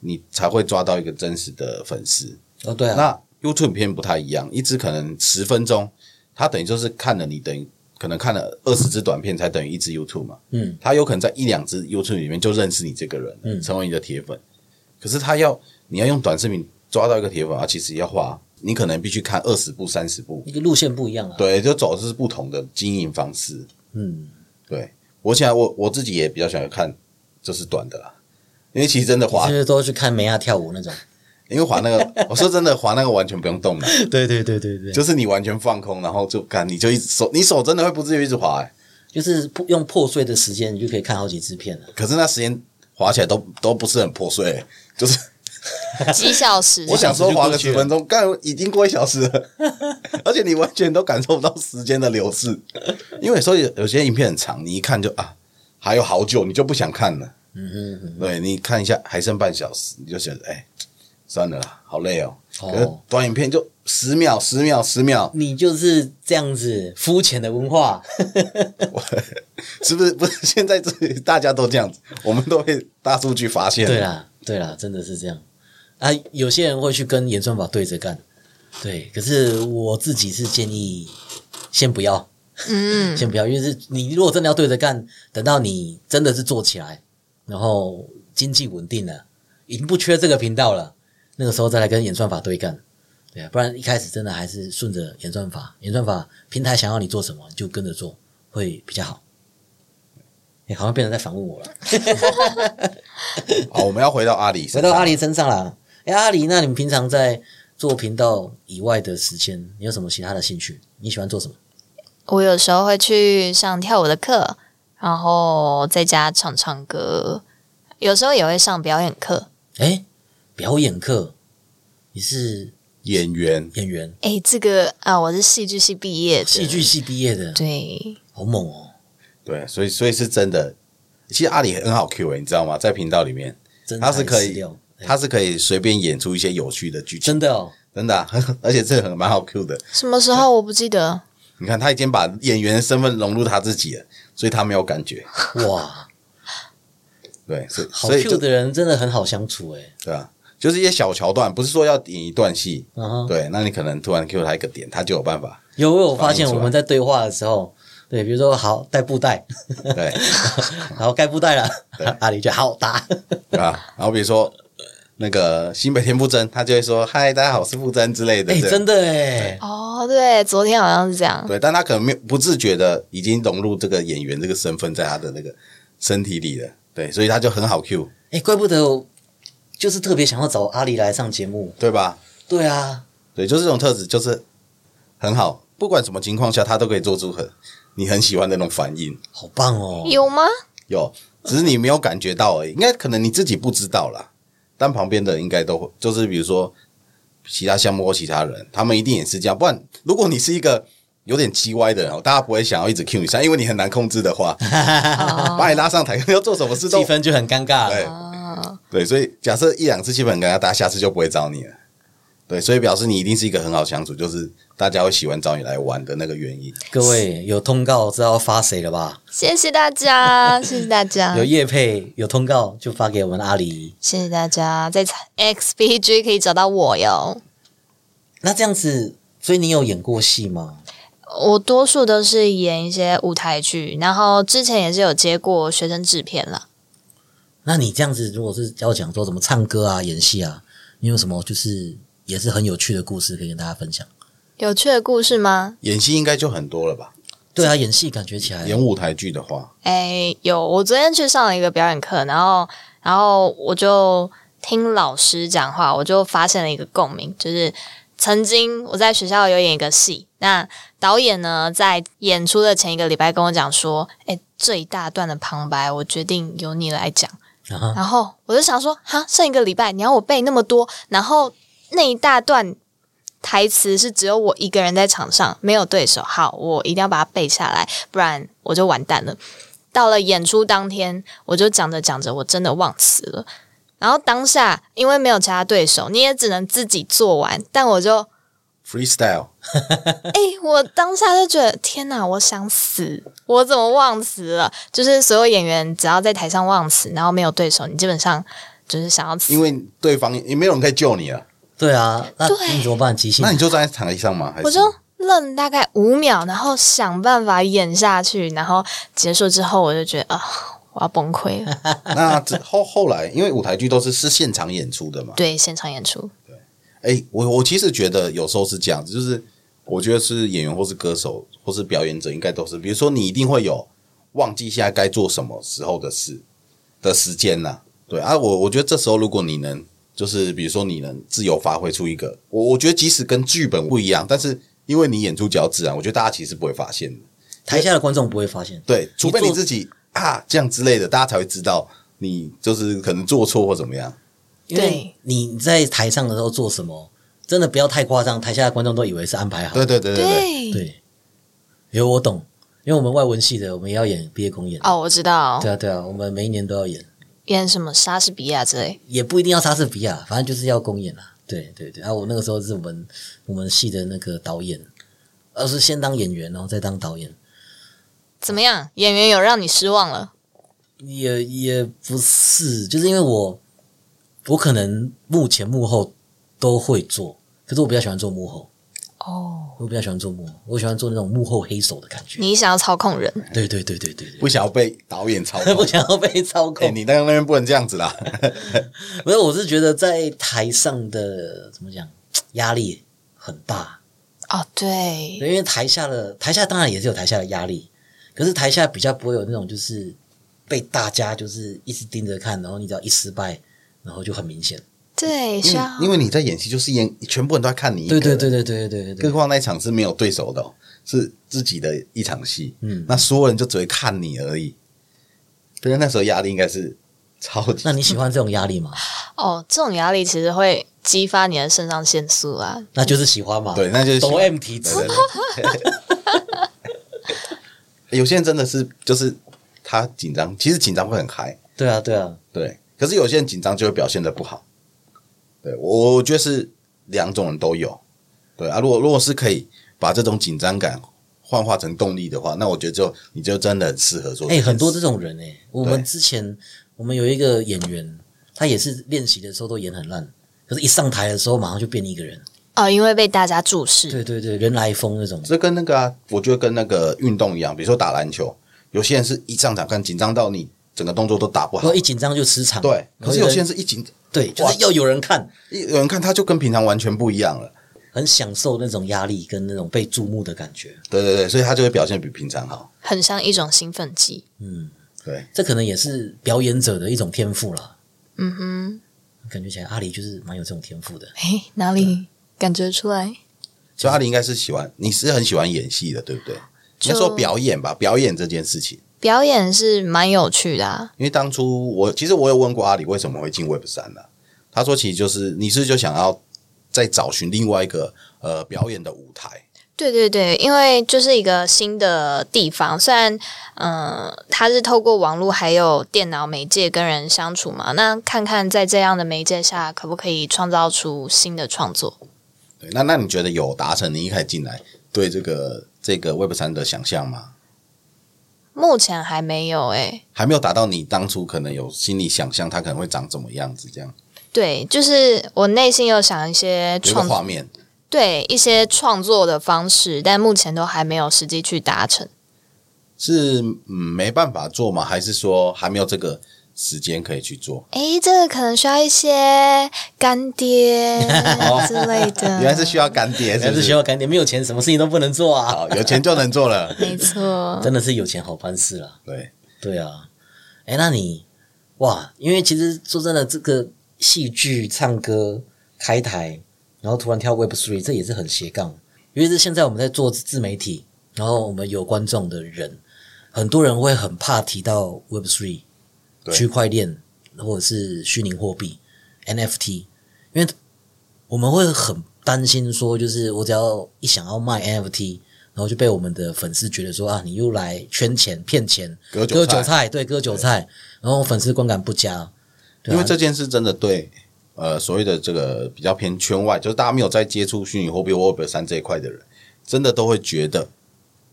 Speaker 2: 你才会抓到一个真实的粉丝。
Speaker 1: 哦对啊，
Speaker 2: 那 YouTube 片不太一样，一支可能十分钟，它等于就是看了你等于可能看了二十支短片才等于一支 YouTube 嘛。
Speaker 1: 嗯，
Speaker 2: 他有可能在一两支 YouTube 里面就认识你这个人，
Speaker 1: 嗯
Speaker 2: 成为你的铁粉。可是他要你要用短视频抓到一个铁粉啊，其实要花你可能必须看二十部、三十部，
Speaker 1: 一个路线不一样啊。，
Speaker 2: 对，就走的是不同的经营方式。
Speaker 1: 嗯，
Speaker 2: 对我现在我我自己也比较喜欢看就是短的啦，因为其实真的滑
Speaker 1: 就，是都去看梅亚跳舞那种。
Speaker 2: 因为滑那个，我说真的滑那个完全不用动的。
Speaker 1: 对对对对对，就
Speaker 2: 就是你完全放空，然后就干，你就一直手，你手真的会不自觉一直滑、欸，
Speaker 1: 就是破用破碎的时间，你就可以看好几支片了。
Speaker 2: 可是那时间滑起来都都不是很破碎、欸就是
Speaker 3: 几小时？
Speaker 2: 我想说滑
Speaker 1: 就过
Speaker 2: 个
Speaker 1: 去
Speaker 2: 十
Speaker 1: 了
Speaker 2: 分钟，干已经过一小时了， (laughs) 而且你完全都感受不到时间的流逝，因为所以有些影片很长，你一看就啊还有好久，你就不想看了，
Speaker 1: 嗯哼哼，
Speaker 2: 对你看一下还剩半小时，你就觉得哎、算了啦，好累哦、
Speaker 1: 哦
Speaker 2: 可是短影片就十秒、十秒、十秒，
Speaker 1: 你就是这样子肤浅的文化。
Speaker 2: (laughs) 是不是？不是，现在这大家都这样子，我们都被大数据发现。
Speaker 1: 对啊啦，对啦，真的是这样啊。有些人会去跟演算法对着干，对。可是我自己是建议先不要，
Speaker 3: 嗯，
Speaker 1: 先不要，因为是你如果真的要对着干，等到你真的是做起来，然后经济稳定了，已经不缺这个频道了，那个时候再来跟演算法对干。对啊，不然一开始真的还是顺着演算法，演算法平台想要你做什么，你就跟着做会比较好。你、好像变成在反问我了。
Speaker 2: 好，我们要回到阿里，
Speaker 1: 回到阿，里身上啦。哎、阿里，那你们平常在做频道以外的时间，你有什么其他的兴趣？你喜欢做什么？
Speaker 3: 我有时候会去上跳舞的课，然后在家唱唱歌，有时候也会上表演课。
Speaker 1: 哎、表演课，你是
Speaker 2: 演员，
Speaker 1: 演员，
Speaker 3: 诶，这个啊，我是戏剧系毕业的，
Speaker 1: 戏剧系毕业的，
Speaker 3: 对，
Speaker 1: 好猛哦、
Speaker 2: 对，所以所以是真的。其实阿里很好 Q 诶、你知道吗？在频道里面，
Speaker 1: 真
Speaker 2: 他是
Speaker 1: 材
Speaker 2: 可
Speaker 1: 实
Speaker 2: 以
Speaker 1: 料哎
Speaker 2: 他是可以随便演出一些有趣的剧情，
Speaker 1: 真的哦、
Speaker 2: 真的啊、 (laughs) 而且这很蛮好 Q 的。
Speaker 3: 什么时候我不记得。
Speaker 2: 你看，他已经把演员的身份融入他自己了，所以他没有感觉。
Speaker 1: 哇，
Speaker 2: 对，所以
Speaker 1: 好
Speaker 2: 所以
Speaker 1: Q
Speaker 2: 就
Speaker 1: 的人真的很好相处哎、
Speaker 2: 对啊，就是一些小桥段，不是说要演一段戏。
Speaker 1: 嗯哼，
Speaker 2: 对，那你可能突然 Q 他一个点，他就有办法。
Speaker 1: 有我有发现
Speaker 2: 反映出来
Speaker 1: 我们在对话的时候，对，比如说好带布袋， (laughs)
Speaker 2: 对，
Speaker 1: 好盖布袋了
Speaker 2: 对，
Speaker 1: 阿里就好打，
Speaker 2: 对吧？ (laughs) 然后比如说那个新北田馥甄，他就会说：“嗨，大家好，我是馥甄之类的。
Speaker 1: 哎、
Speaker 2: 这样
Speaker 1: 真的哎、
Speaker 3: 哦，对，昨天好像是这样。
Speaker 2: 对，但他可能没有不自觉的已经融入这个演员这个身份在他的那个身体里了。对，所以他就很好 Q，
Speaker 1: 哎、怪不得我就是特别想要找阿里来上节目。
Speaker 2: 对吧？
Speaker 1: 对啊，
Speaker 2: 对，就是这种特质，就是很好，不管什么情况下，他都可以做出很你很喜欢的那种反应。
Speaker 1: 好棒哦！
Speaker 3: 有 (laughs) 吗？
Speaker 2: 有，只是你没有感觉到而已，应该可能你自己不知道啦。但旁边的人应该都会，就是比如说其他项目或其他人，他们一定也是这样。不然，如果你是一个有点叽歪的人哦，大家不会想要一直 Q 你上，因为你很难控制的话，
Speaker 3: 哦
Speaker 2: 把你拉上台，要做什么事
Speaker 1: 哦气
Speaker 2: 都
Speaker 1: 氛就很尴尬了。
Speaker 2: 对
Speaker 3: 啊，
Speaker 2: 对，所以假设一两次气氛很尴尬，大家下次就不会找你了。对，所以表示你一定是一个很好相处，就是大家会喜欢找你来玩的那个原因。
Speaker 1: 各位有通告知道发谁了吧？
Speaker 3: 谢谢大家，谢谢大家
Speaker 1: 有，叶配有通告就发给我们阿里。
Speaker 3: 谢谢大家，在 XBG 可以找到我哟。
Speaker 1: 那这样子，所以你有演过戏吗？
Speaker 3: 我多数都是演一些舞台剧，然后之前也是有接过学生制片啦。
Speaker 1: 那你这样子，如果是要讲说怎么唱歌啊、演戏啊，你有什么就是也是很有趣的故事可以跟大家分享？
Speaker 3: 有趣的故事吗？
Speaker 2: 演戏应该就很多了吧？
Speaker 1: 对啊，演戏感觉起来
Speaker 2: 演舞台剧的话，
Speaker 3: 哎，有。我昨天去上了一个表演课，然后，然后我就听老师讲话，我就发现了一个共鸣，就是曾经我在学校有演一个戏，那导演呢在演出的前一个礼拜跟我讲说，哎，这一大段的旁白，我决定由你来讲。
Speaker 1: 啊哈，
Speaker 3: 然后我就想说，哈，剩一个礼拜，你要我背那么多，然后那一大段台词是只有我一个人在场上，没有对手。好，我一定要把它背下来，不然我就完蛋了。到了演出当天，我就讲着讲着，我真的忘词了。然后当下因为没有其他对手，你也只能自己做完。但我就，
Speaker 2: freestyle，
Speaker 3: 哎、我当下就觉得天哪，我想死，我怎么忘词了？就是所有演员只要在台上忘词，然后没有对手，你基本上就是想要死
Speaker 2: 因为对方也没有人可以救你了，
Speaker 1: 对啊，那
Speaker 3: 对
Speaker 1: 你怎么办？即兴
Speaker 2: 那你就站在台上嘛，还是
Speaker 3: 我就愣大概五秒，然后想办法演下去，然后结束之后，我就觉得啊、我要崩溃了。
Speaker 2: 那之后后来，因为舞台剧都是是现场演出的嘛，
Speaker 3: 对，现场演出，
Speaker 2: 哎、我我其实觉得有时候是这样子，就是我觉得是演员或是歌手或是表演者应该都是，比如说你一定会有忘记现在该做什么时候的事的时间呐、对啊，我我觉得这时候如果你能就是比如说你能自由发挥出一个，我我觉得即使跟剧本不一样，但是因为你演出比较自然，我觉得大家其实不会发现的，
Speaker 1: 台下的观众不会发现，
Speaker 2: 对，除非
Speaker 1: 做
Speaker 2: 你自己啊这样之类的，大家才会知道你就是可能做错或怎么样。
Speaker 1: 因为你在台上的时候做什么，真的不要太夸张，台下的观众都以为是安排好
Speaker 2: 对
Speaker 1: 的。
Speaker 2: 对对对哦对，
Speaker 1: 对，有我懂，因为我们外文系的，我们也要演毕业公演。
Speaker 3: 哦，我知道
Speaker 1: 对啊，对啊，我们每一年都要演，
Speaker 3: 演什么莎士比亚之类，
Speaker 1: 也不一定要莎士比亚，反正就是要公演啊。对对对，啊，我那个时候是我们我们系的那个导演，而是先当演员，然后再当导演。
Speaker 3: 怎么样？演员有让你失望了？
Speaker 1: 也也不是，就是因为我我可能幕前幕后都会做，可是我比较喜欢做幕后，
Speaker 3: 哦，
Speaker 1: 我比较喜欢做幕后，我喜欢做那种幕后黑手的感觉。
Speaker 3: 你想要操控人？
Speaker 1: 对对对对对对，
Speaker 2: 不想要被导演
Speaker 1: (laughs)
Speaker 2: 操控
Speaker 1: 不。想要被操
Speaker 2: 哎、
Speaker 1: 控。
Speaker 2: 你那个那边不能这样子啦。
Speaker 1: 没有，我是觉得在台上的怎么讲，压力很大，
Speaker 3: 哦，对，
Speaker 1: 对因为台下的台下当然也是有台下的压力，可是台下比较不会有那种就是被大家就是一直盯着看，然后你只要一失败，然后就很明显。
Speaker 3: 对，需
Speaker 2: 因为
Speaker 3: 要
Speaker 2: 因为你在演戏，就是演全部人都在看你一个
Speaker 1: 对
Speaker 2: 人。
Speaker 1: 对对对对对对对
Speaker 2: 更何况那一场是没有对手的、哦，是自己的一场戏。
Speaker 1: 嗯
Speaker 2: 那所有人就只会看你而已。但是那时候压力应该是超级
Speaker 1: 那。你喜欢这种压力吗？
Speaker 3: 哦，这种压力其实会激发你的肾上腺素啊。
Speaker 1: 那就是喜欢嘛。
Speaker 2: 对，，那就是喜
Speaker 1: 抖
Speaker 2: 欢
Speaker 1: M 体质
Speaker 2: 对。对 (laughs) 对有些人真的是就是他紧张，其实紧张会很嗨，
Speaker 1: 对啊，对啊，
Speaker 2: 对。可是有些人紧张就会表现的不好，对我我觉得是两种人都有，对啊。如果如果是可以把这种紧张感幻化成动力的话，那我觉得就你就真的很适合做这
Speaker 1: 哎、
Speaker 2: 件事。
Speaker 1: 很多这种人哎、我们
Speaker 2: 对
Speaker 1: 之前我们有一个演员，他也是练习的时候都演很烂，可是一上台的时候马上就变一个人。
Speaker 3: 哦，因为被大家注视，
Speaker 1: 对对对，人来疯那种。
Speaker 2: 这跟那个啊，我觉得跟那个运动一样，比如说打篮球，有些人是一上场看紧张到你整个动作都打不
Speaker 1: 然
Speaker 2: 好
Speaker 1: 哦后，一紧张就失常。
Speaker 2: 对。可是有些人
Speaker 1: 人
Speaker 2: 是一紧
Speaker 1: 对，就是要有人看，
Speaker 2: 一有人看他就跟平常完全不一样了。
Speaker 1: 很享受那种压力跟那种被注目的感觉。
Speaker 2: 对对对，所以他就会表现比平常好。
Speaker 3: 很像一种兴奋剂。
Speaker 1: 嗯，
Speaker 2: 对，
Speaker 1: 这可能也是表演者的一种天赋啦。
Speaker 3: 嗯哼。
Speaker 1: 感觉起来阿里就是蛮有这种天赋的。
Speaker 3: 哎，哪里感觉出来？
Speaker 2: 所以阿里应该是喜欢，你是很喜欢演戏的，对不对？应该说表演吧，表演这件事情。
Speaker 3: 表演是蛮有趣的、啊，
Speaker 2: 因为当初我其实我有问过阿里为什么会进 Web 三呢、他说其实就是你是就想要再找寻另外一个呃表演的舞台，
Speaker 3: 对对对，因为就是一个新的地方，虽然嗯、呃它是透过网络还有电脑媒介跟人相处嘛，那看看在这样的媒介下，可不可以创造出新的创作？
Speaker 2: 对，那那你觉得有达成你一开始进来对这个这个 Web 三的想象吗？
Speaker 3: 目前还没有哎、
Speaker 2: 还没有达到你当初可能有心里想象它可能会长怎么样子，这样
Speaker 3: 对，就是我内心有想一些
Speaker 2: 有一个
Speaker 3: 创
Speaker 2: 画面。
Speaker 3: 对一些创作的方式，但目前都还没有实际去达成。
Speaker 2: 是嗯没办法做吗？还是说还没有这个时间可以去做？
Speaker 3: 诶，这个可能需要一些干
Speaker 2: (laughs)
Speaker 3: 爹之类的。
Speaker 2: 哦原来是需要干爹，是
Speaker 1: 但
Speaker 2: 不
Speaker 1: 是需
Speaker 2: 是？
Speaker 1: 要干点，没有钱什么事情都不能做啊。
Speaker 2: (laughs) 好，有钱就能做
Speaker 1: (laughs)
Speaker 2: 了。
Speaker 3: 没错，
Speaker 1: 真的是有钱好办事啦。
Speaker 2: 对，
Speaker 1: 对啊，哎，那你哇，因为其实说真的，这个戏剧、唱歌、开台，然后突然跳 Web Three，这也是很斜杠。尤其是现在我们在做自媒体，然后我们有观众的人，很多人会很怕提到 Web Three、
Speaker 2: 对
Speaker 1: 区块链或者是虚拟货币 NFT，因为我们会很担心说，就是我只要一想要卖 NFT，然后就被我们的粉丝觉得说啊，你又来圈钱骗钱，
Speaker 2: 割韭
Speaker 1: 割
Speaker 2: 菜
Speaker 1: 韭菜，对，割韭菜，然后粉丝观感不佳，对啊
Speaker 2: 因为这件事真的对呃所谓的这个比较偏圈外，就是大家没有在接触虚拟货币或 Web 三这一块的人，真的都会觉得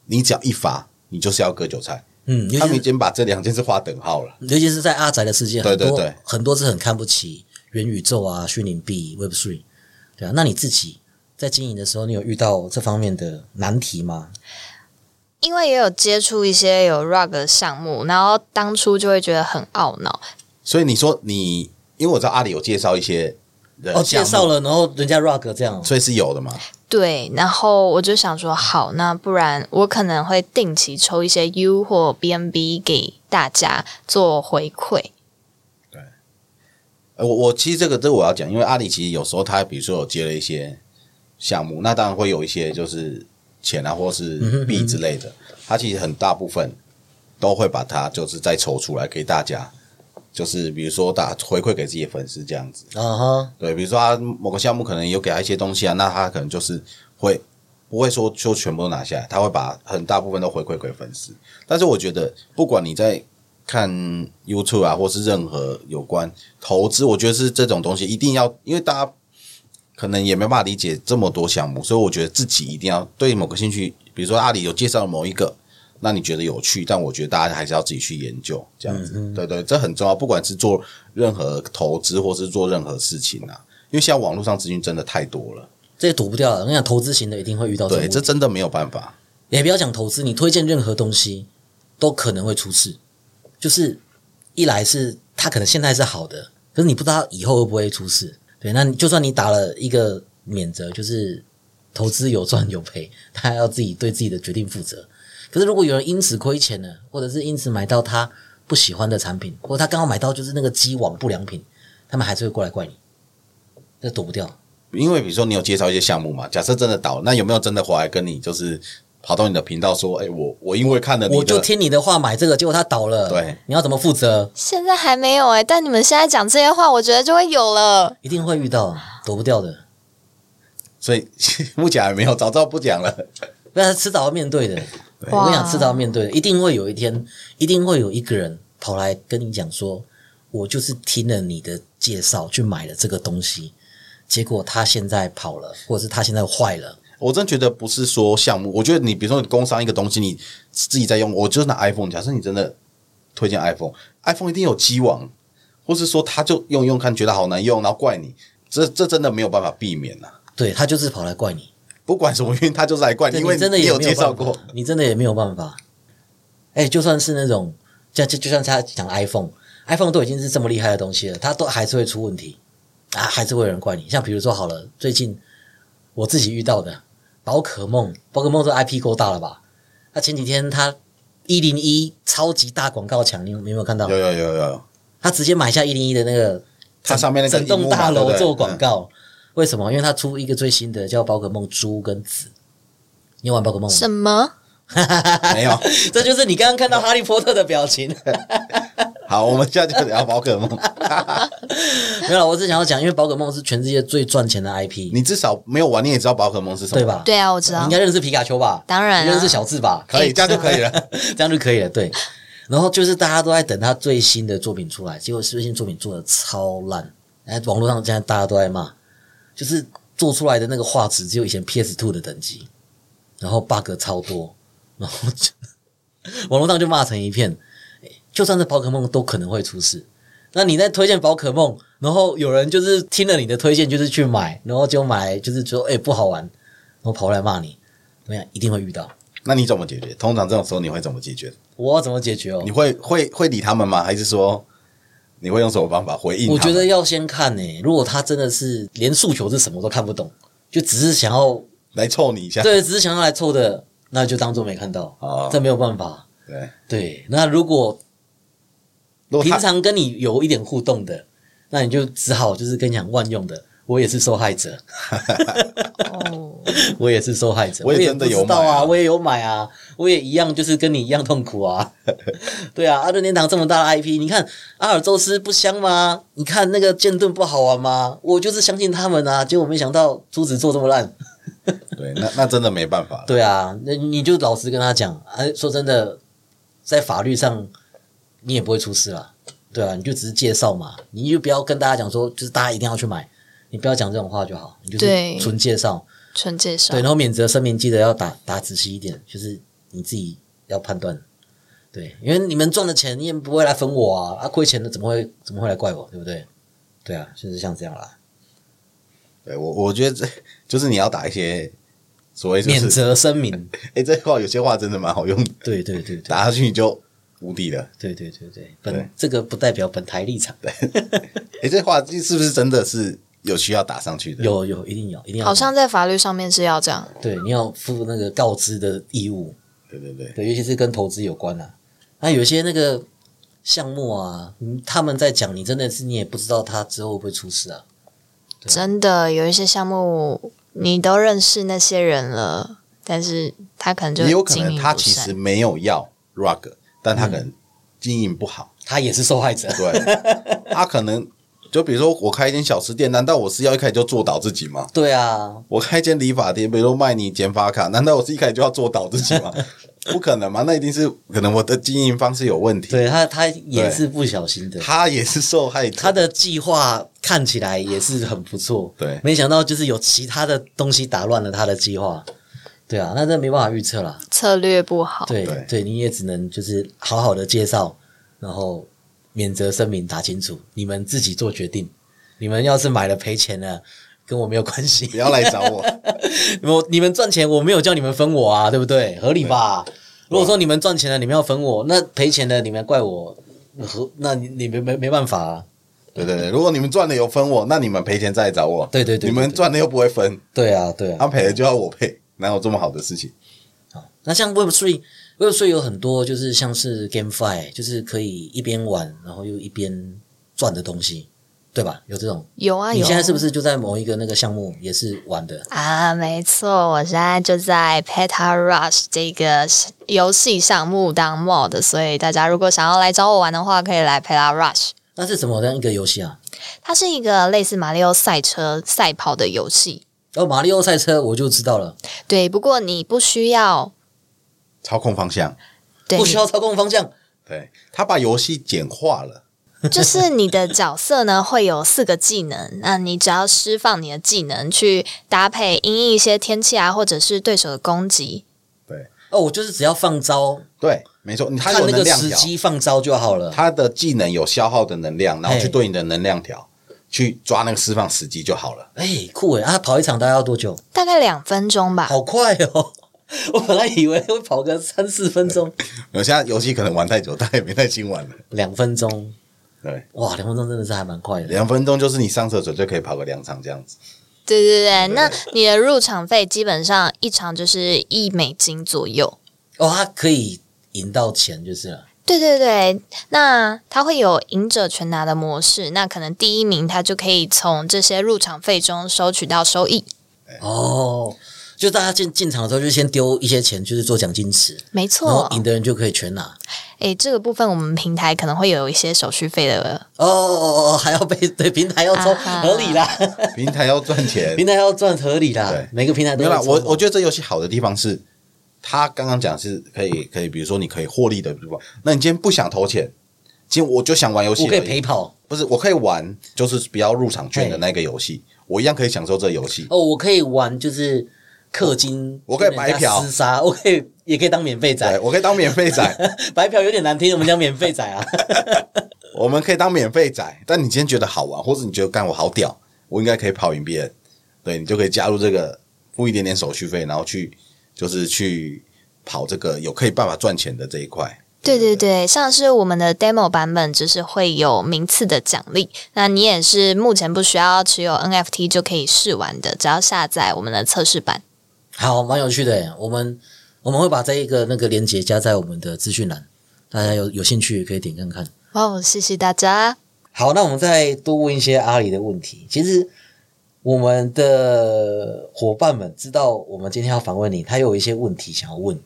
Speaker 2: 你只要一发，你就是要割韭菜。
Speaker 1: 嗯，尤
Speaker 2: 他
Speaker 1: 其
Speaker 2: 们已
Speaker 1: 是
Speaker 2: 经把这两件事划等号了。
Speaker 1: 尤其是在阿宅的世界，
Speaker 2: 对
Speaker 1: 很多
Speaker 2: 对对
Speaker 1: 很多是很看不起元宇宙啊、虚拟币、Web Three，对啊，那你自己在经营的时候，你有遇到这方面的难题吗？
Speaker 3: 因为也有接触一些有 rug 的项目，然后当初就会觉得很懊恼，
Speaker 2: 所以你说你，因为我知道阿里有介绍一些人
Speaker 1: 哦，介绍
Speaker 2: 了，
Speaker 1: 了，然后人家 rug 这样，
Speaker 2: 所以是有的嘛。
Speaker 3: 对，然后我就想说，好，那不然我可能会定期抽一些 U 或 BNB 给大家做回馈。
Speaker 2: 呃，我我其实这个这个我要讲，因为阿里其实有时候他比如说有接了一些项目，那当然会有一些就是钱啊，或是币之类的，他其实很大部分都会把它就是再抽出来给大家，就是比如说打回馈给自己的粉丝这样子。
Speaker 1: 啊哈，
Speaker 2: 对，比如说他某个项目可能有给他一些东西啊，那他可能就是会不会说就全部都拿下来，他会把很大部分都回馈给粉丝。但是我觉得，不管你在看 YouTube 啊，或是任何有关投资，我觉得是这种东西一定要，因为大家可能也没办法理解这么多项目，所以我觉得自己一定要对某个兴趣，比如说阿里有介绍某一个。那你觉得有趣，但我觉得大家还是要自己去研究，这样子，对对，这很重要。不管是做任何投资，或是做任何事情啊，因为现在网络上资讯真的太多了，
Speaker 1: 这也躲不掉的。我想投资型哦的一定会遇到这个
Speaker 2: 对，
Speaker 1: 问
Speaker 2: 这
Speaker 1: 题，
Speaker 2: 真的没有办法。
Speaker 1: 也不要讲投资，你推荐任何东西都可能会出事。就是一来是它可能现在是好的，可是你不知道它以后会不会出事。对，那你就算你打了一个免责，就是投资有赚有赔， (laughs) 他要自己对自己的决定负责。可是如果有人因此亏钱了，或者是因此买到他不喜欢的产品，或者他刚好买到就是那个鸡网不良品，他们还是会过来怪你，这躲不掉。
Speaker 2: 因为比如说你有介绍一些项目嘛，假设真的倒，那有没有真的回来跟你就是跑到你的频道说，哎、我我因为看了你的，
Speaker 1: 我就听你的话买这个，结果他倒了，
Speaker 2: 对，
Speaker 1: 你要怎么负责？
Speaker 3: 现在还没有哎、但你们现在讲这些话，我觉得就会有了。
Speaker 1: 一定会遇到，躲不掉的。
Speaker 2: 所以 (laughs) 不讲也没有，早知道不讲了。
Speaker 1: 那迟早要面对的，我
Speaker 3: 哇
Speaker 1: 跟你讲，迟早要面对的，一定会有一天，一定会有一个人跑来跟你讲说，我就是听了你的介绍去买了这个东西，结果他现在跑了，或者是他现在坏了，
Speaker 2: 我真觉得不是说项目，我觉得你比如说你工商一个东西，你自己在用，我就拿 iPhone，假设你真的推荐 iPhone，iPhone 一定有机网，或是说他就用用看觉得好难用，然后怪你，这这真的没有办法避免呐、啊
Speaker 1: 对他就是跑来怪你，
Speaker 2: 不管什么原因，他就是来怪你，
Speaker 1: 对
Speaker 2: 啊因为
Speaker 1: 你真的
Speaker 2: 你
Speaker 1: 也
Speaker 2: 有
Speaker 1: 没有
Speaker 2: 介绍
Speaker 1: 办
Speaker 2: 过
Speaker 1: 法，，你真的也没有办法。哎，就算是那种，就就就像他讲 iPhone，iPhone 都已经是这么厉害的东西了，它都还是会出问题啊，还是会有人怪你。像比如说好了，最近我自己遇到的宝可梦，宝可梦这 IP 够大了吧？那前几天它一零一超级大广告墙，你有你有没有看到
Speaker 2: 有？有有有，
Speaker 1: 他直接买下一零一的那个
Speaker 2: 它上面那个
Speaker 1: 整栋
Speaker 2: 荧幕嘛
Speaker 1: 大
Speaker 2: 对不
Speaker 1: 楼
Speaker 2: 对嗯
Speaker 1: 做广告，为什么？因为他出一个最新的叫宝可梦猪跟紫。你有玩宝可梦吗？
Speaker 3: 什么？
Speaker 2: (laughs) 没有。
Speaker 1: (laughs) 这就是你刚刚看到哈利波特的表
Speaker 3: (laughs)
Speaker 1: 情。
Speaker 2: 好，我们现在就聊
Speaker 1: (laughs)
Speaker 2: 宝可梦。
Speaker 1: 没有啦，我只想要讲，因为宝可梦是全世界最赚钱的 IP，
Speaker 2: 你至少没有玩，你也知道宝可梦是什么，
Speaker 1: 对？吧？
Speaker 3: 对啊，我知
Speaker 1: 你
Speaker 3: 道
Speaker 1: 应，该认识皮卡丘吧？
Speaker 3: 当然啊
Speaker 1: 你认识小智吧？
Speaker 2: 可以，这样就可以了。 (laughs)
Speaker 1: (laughs) 这样就可以了。对，然后就是大家都在等他最新的作品出来，结果最新作品做的超烂，哎，网络上现在大家都在骂，就是做出来的那个画质只有以前 PS Two 的等级，然后 bug 超多，然后就 (laughs) 网络上就骂成一片，就算是宝可梦都可能会出事。那你在推荐宝可梦，然后有人就是听了你的推荐，就是去买，然后就买，就是说哎、不好玩，然后跑过来骂你，怎么样？一定会遇到。
Speaker 2: 那你怎么解决？通常这种时候你会怎么解决？
Speaker 1: 我要怎么解决哦
Speaker 2: 你？会会会理他们吗？还是说你会用什么方法回应他
Speaker 1: 我
Speaker 2: 们？
Speaker 1: 觉得要先看呢、如果他真的是连诉求是什么都看不懂，就只是想要
Speaker 2: 来凑你一下。
Speaker 1: 对，只是想要来凑的，那就当做没看到，
Speaker 2: 哦
Speaker 1: 这没有办法。
Speaker 2: 对，
Speaker 1: 对，那如果
Speaker 2: 如果
Speaker 1: 平
Speaker 2: 他
Speaker 1: 常跟你有一点互动的，那你就只好就是跟你讲万用的，我也是受害者，
Speaker 3: 哦，
Speaker 1: 我也是受害者，
Speaker 2: 我也
Speaker 1: 也
Speaker 2: 真的
Speaker 1: 不知
Speaker 2: 有买
Speaker 1: 道
Speaker 2: 啊
Speaker 1: 我也有买啊，我也一样，就是跟你一样痛苦啊。 (laughs) 对啊，阿顿天堂这么大的 IP，你看阿尔宙斯不香吗？你看那个剑盾不好玩吗？我就是相信他们啊，结果没想到朱子做这么烂。
Speaker 2: 对，那那真的没办法了。
Speaker 1: 对啊，那你就老实跟他讲，哎，说真的，在法律上你也不会出事啦。对啊，你就只是介绍嘛，你就不要跟大家讲说，就是大家一定要去买，你不要讲这种话就好，你就是
Speaker 3: 对
Speaker 1: 纯介绍。
Speaker 3: 纯介绍
Speaker 1: 对，然后免责声明记得要打打仔细一点，就是你自己要判断。对，因为你们赚的钱，你也不会来分我啊，啊，亏钱的怎么会怎么会来怪我，对不对？对啊，就是像这样啦。
Speaker 2: 对我，我觉得这就是你要打一些所谓就
Speaker 1: 免
Speaker 2: 是，
Speaker 1: 责声明，
Speaker 2: (laughs) 哎，这话有些话真的蛮好用的，
Speaker 1: 对对对对
Speaker 2: 打下去你就无敌了。
Speaker 1: 对对对对，
Speaker 2: 对
Speaker 1: 本这个不代表本台立场。
Speaker 2: 哎，这话是不是真的是有需要打上去的？
Speaker 1: 有有，一定有，一定要。
Speaker 3: 好像在法律上面是要这样，
Speaker 1: 对，你要负那个告知的义务，
Speaker 2: 对对对，
Speaker 1: 对，尤其是跟投资有关啊。那有些那个项目啊，嗯他们在讲，你真的是你也不知道他之后会不会出事啊。
Speaker 3: 真的有一些项目你都认识那些人了，但是他可能就
Speaker 2: 也有可
Speaker 3: 经
Speaker 2: 能
Speaker 3: 营
Speaker 2: 他
Speaker 3: 不
Speaker 2: 其
Speaker 3: 善
Speaker 2: 实没有要 rug，但他可能经营不好，
Speaker 1: 他也是受害者， (laughs)
Speaker 2: 对，他可能就比如说我开一间小吃店，难道我是要一开始就做倒自己吗？
Speaker 1: 对啊，
Speaker 2: 我开一间理发店，比如说卖你剪发卡，难道我是一开始就要做倒自己吗？ (laughs) 不可能嘛，那一定是可能我的经营方式有问题。
Speaker 1: 对他他也是不小心的，
Speaker 2: 他也是受害者，
Speaker 1: 他的计划看起来也是很不错，
Speaker 2: 对
Speaker 1: 没想到就是有其他的东西打乱了他的计划，对啊，那这没办法预测啦，
Speaker 3: 策略不好，
Speaker 1: 对
Speaker 2: 对
Speaker 1: 对，你也只能就是好好的介绍，然后免责声明打清楚，你们自己做决定。你们要是买了赔钱了，跟我没有关系
Speaker 2: 不。要来找
Speaker 1: (laughs)
Speaker 2: 我。
Speaker 1: 我你们赚钱，我没有叫你们分我啊，对不对？合理吧？如果说你们赚钱了，你们要分我，那赔钱的你们怪我，合那你你们没没办法啊。
Speaker 2: 对对对，如果你们赚的有分我，那你们赔钱再来找我。
Speaker 1: 对对对对
Speaker 2: 你们赚的又不会分，
Speaker 1: 对啊，对啊。
Speaker 2: 他赔了就要我赔，哪有这么好的事情？
Speaker 1: 那像 Web Three，Web Three 有很多就是像是 GameFi，就是可以一边玩然后又一边赚的东西，对吧？有这种
Speaker 3: 有啊有，
Speaker 1: 你现在是不是就在某一个那个项目也是玩的？
Speaker 3: 啊，没错，我现在就在 Peta Rush 这个游戏项目当 mod，所以大家如果想要来找我玩的话，可以来 Peta Rush。
Speaker 1: 那是怎么样一个游戏啊？
Speaker 3: 它是一个类似马里奥赛车赛跑的游戏，
Speaker 1: 哦，马里奥赛车我就知道了，
Speaker 3: 对，不过你不需要，
Speaker 2: 操控方向，
Speaker 3: 对，
Speaker 1: 不需要操控方向。
Speaker 2: 对他把游戏简化了。
Speaker 3: (laughs) 就是你的角色呢会有四个技能，那你只要释放你的技能去搭配因应一些天气啊，或者是对手的攻击，
Speaker 2: 对
Speaker 1: 哦，我就是只要放招，
Speaker 2: 对，没错，他
Speaker 1: 看
Speaker 2: 有
Speaker 1: 那
Speaker 2: 能
Speaker 1: 个
Speaker 2: 量
Speaker 1: 时
Speaker 2: 条，
Speaker 1: 机放招就好了。
Speaker 2: 他的技能有消耗的能量，然后去
Speaker 1: 嘿
Speaker 2: 对你的能量条去抓那个释放时机就好了。 (laughs)
Speaker 1: 哎、酷哎！啊，跑一场大概要多久？
Speaker 3: 大概两分钟吧。
Speaker 1: 好快哦！ (laughs) 我本来以为会跑个三四分钟，
Speaker 2: 我现在游戏可能玩太久，大家也没耐心玩了。
Speaker 1: 两分钟，
Speaker 2: 对，
Speaker 1: 哇，两分钟真的是还蛮快的。
Speaker 2: 两分钟就是你上厕所就可以跑个两场这样子。
Speaker 3: 对对对，那你的入场费基本上一场就是一美金左右。
Speaker 1: 哦，它可以赢到钱就是了。
Speaker 3: 对对对，那它会有赢者全拿的模式，那可能第一名他就可以从这些入场费中收取到收益。
Speaker 2: 哎
Speaker 1: 哦，就大家进进场的时候就先丢一些钱，就是做奖金池，
Speaker 3: 没
Speaker 1: 然后
Speaker 3: 错，
Speaker 1: 赢的人就可以全拿。
Speaker 3: 诶，这个部分我们平台可能会有一些手续费的，
Speaker 1: 哦哦哦，还要被对平台要抽，
Speaker 3: 啊哈
Speaker 1: 合理啦。
Speaker 2: 平台要赚
Speaker 1: (laughs)
Speaker 2: 钱
Speaker 1: 平，台要赚合理啦
Speaker 2: 对，
Speaker 1: 每个平台都
Speaker 2: 没有
Speaker 1: 要
Speaker 2: 啦。我我
Speaker 1: 就
Speaker 2: 觉得这游戏好的地方是，他刚刚讲是可以可以，比如说你可以获利的地方。那你今天不想投钱，今天我就想玩游戏
Speaker 1: 我
Speaker 2: 而
Speaker 1: 可
Speaker 2: 已，
Speaker 1: 以陪跑
Speaker 2: 不是我可以玩，就是不要入场券的那个游戏，我一样可以享受这个游戏。
Speaker 1: 哦，我可以玩就是氪金，
Speaker 2: 我我可以
Speaker 1: 跟人家
Speaker 2: 白嫖
Speaker 1: 厮杀，我可以也可以当免费
Speaker 2: 对，
Speaker 1: 仔，
Speaker 2: 我可以当免费
Speaker 1: (laughs)
Speaker 2: 仔，
Speaker 1: 白嫖有点难听，我们讲免费仔啊， (laughs)
Speaker 2: 我们可以当免费仔。但你今天觉得好玩，或者你觉得干我好屌，我应该可以跑赢别人，对你就可以加入这个，付一点点手续费，然后去就是去跑这个有可以办法赚钱的这一块。
Speaker 3: 对对对，像是我们的 demo 版本，就是会有名次的奖励。那你也是目前不需要持有 NFT 就可以试玩的，只要下载我们的测试版。
Speaker 1: 好，蛮有趣的。欸我们我们会把这一个那个链接加在我们的资讯栏，大家有有兴趣可以点看看。
Speaker 3: 哇哦，谢谢大家！
Speaker 1: 好，那我们再多问一些阿里的问题。其实我们的伙伴们知道我们今天要访问你，他有一些问题想要
Speaker 2: (laughs)
Speaker 1: 问。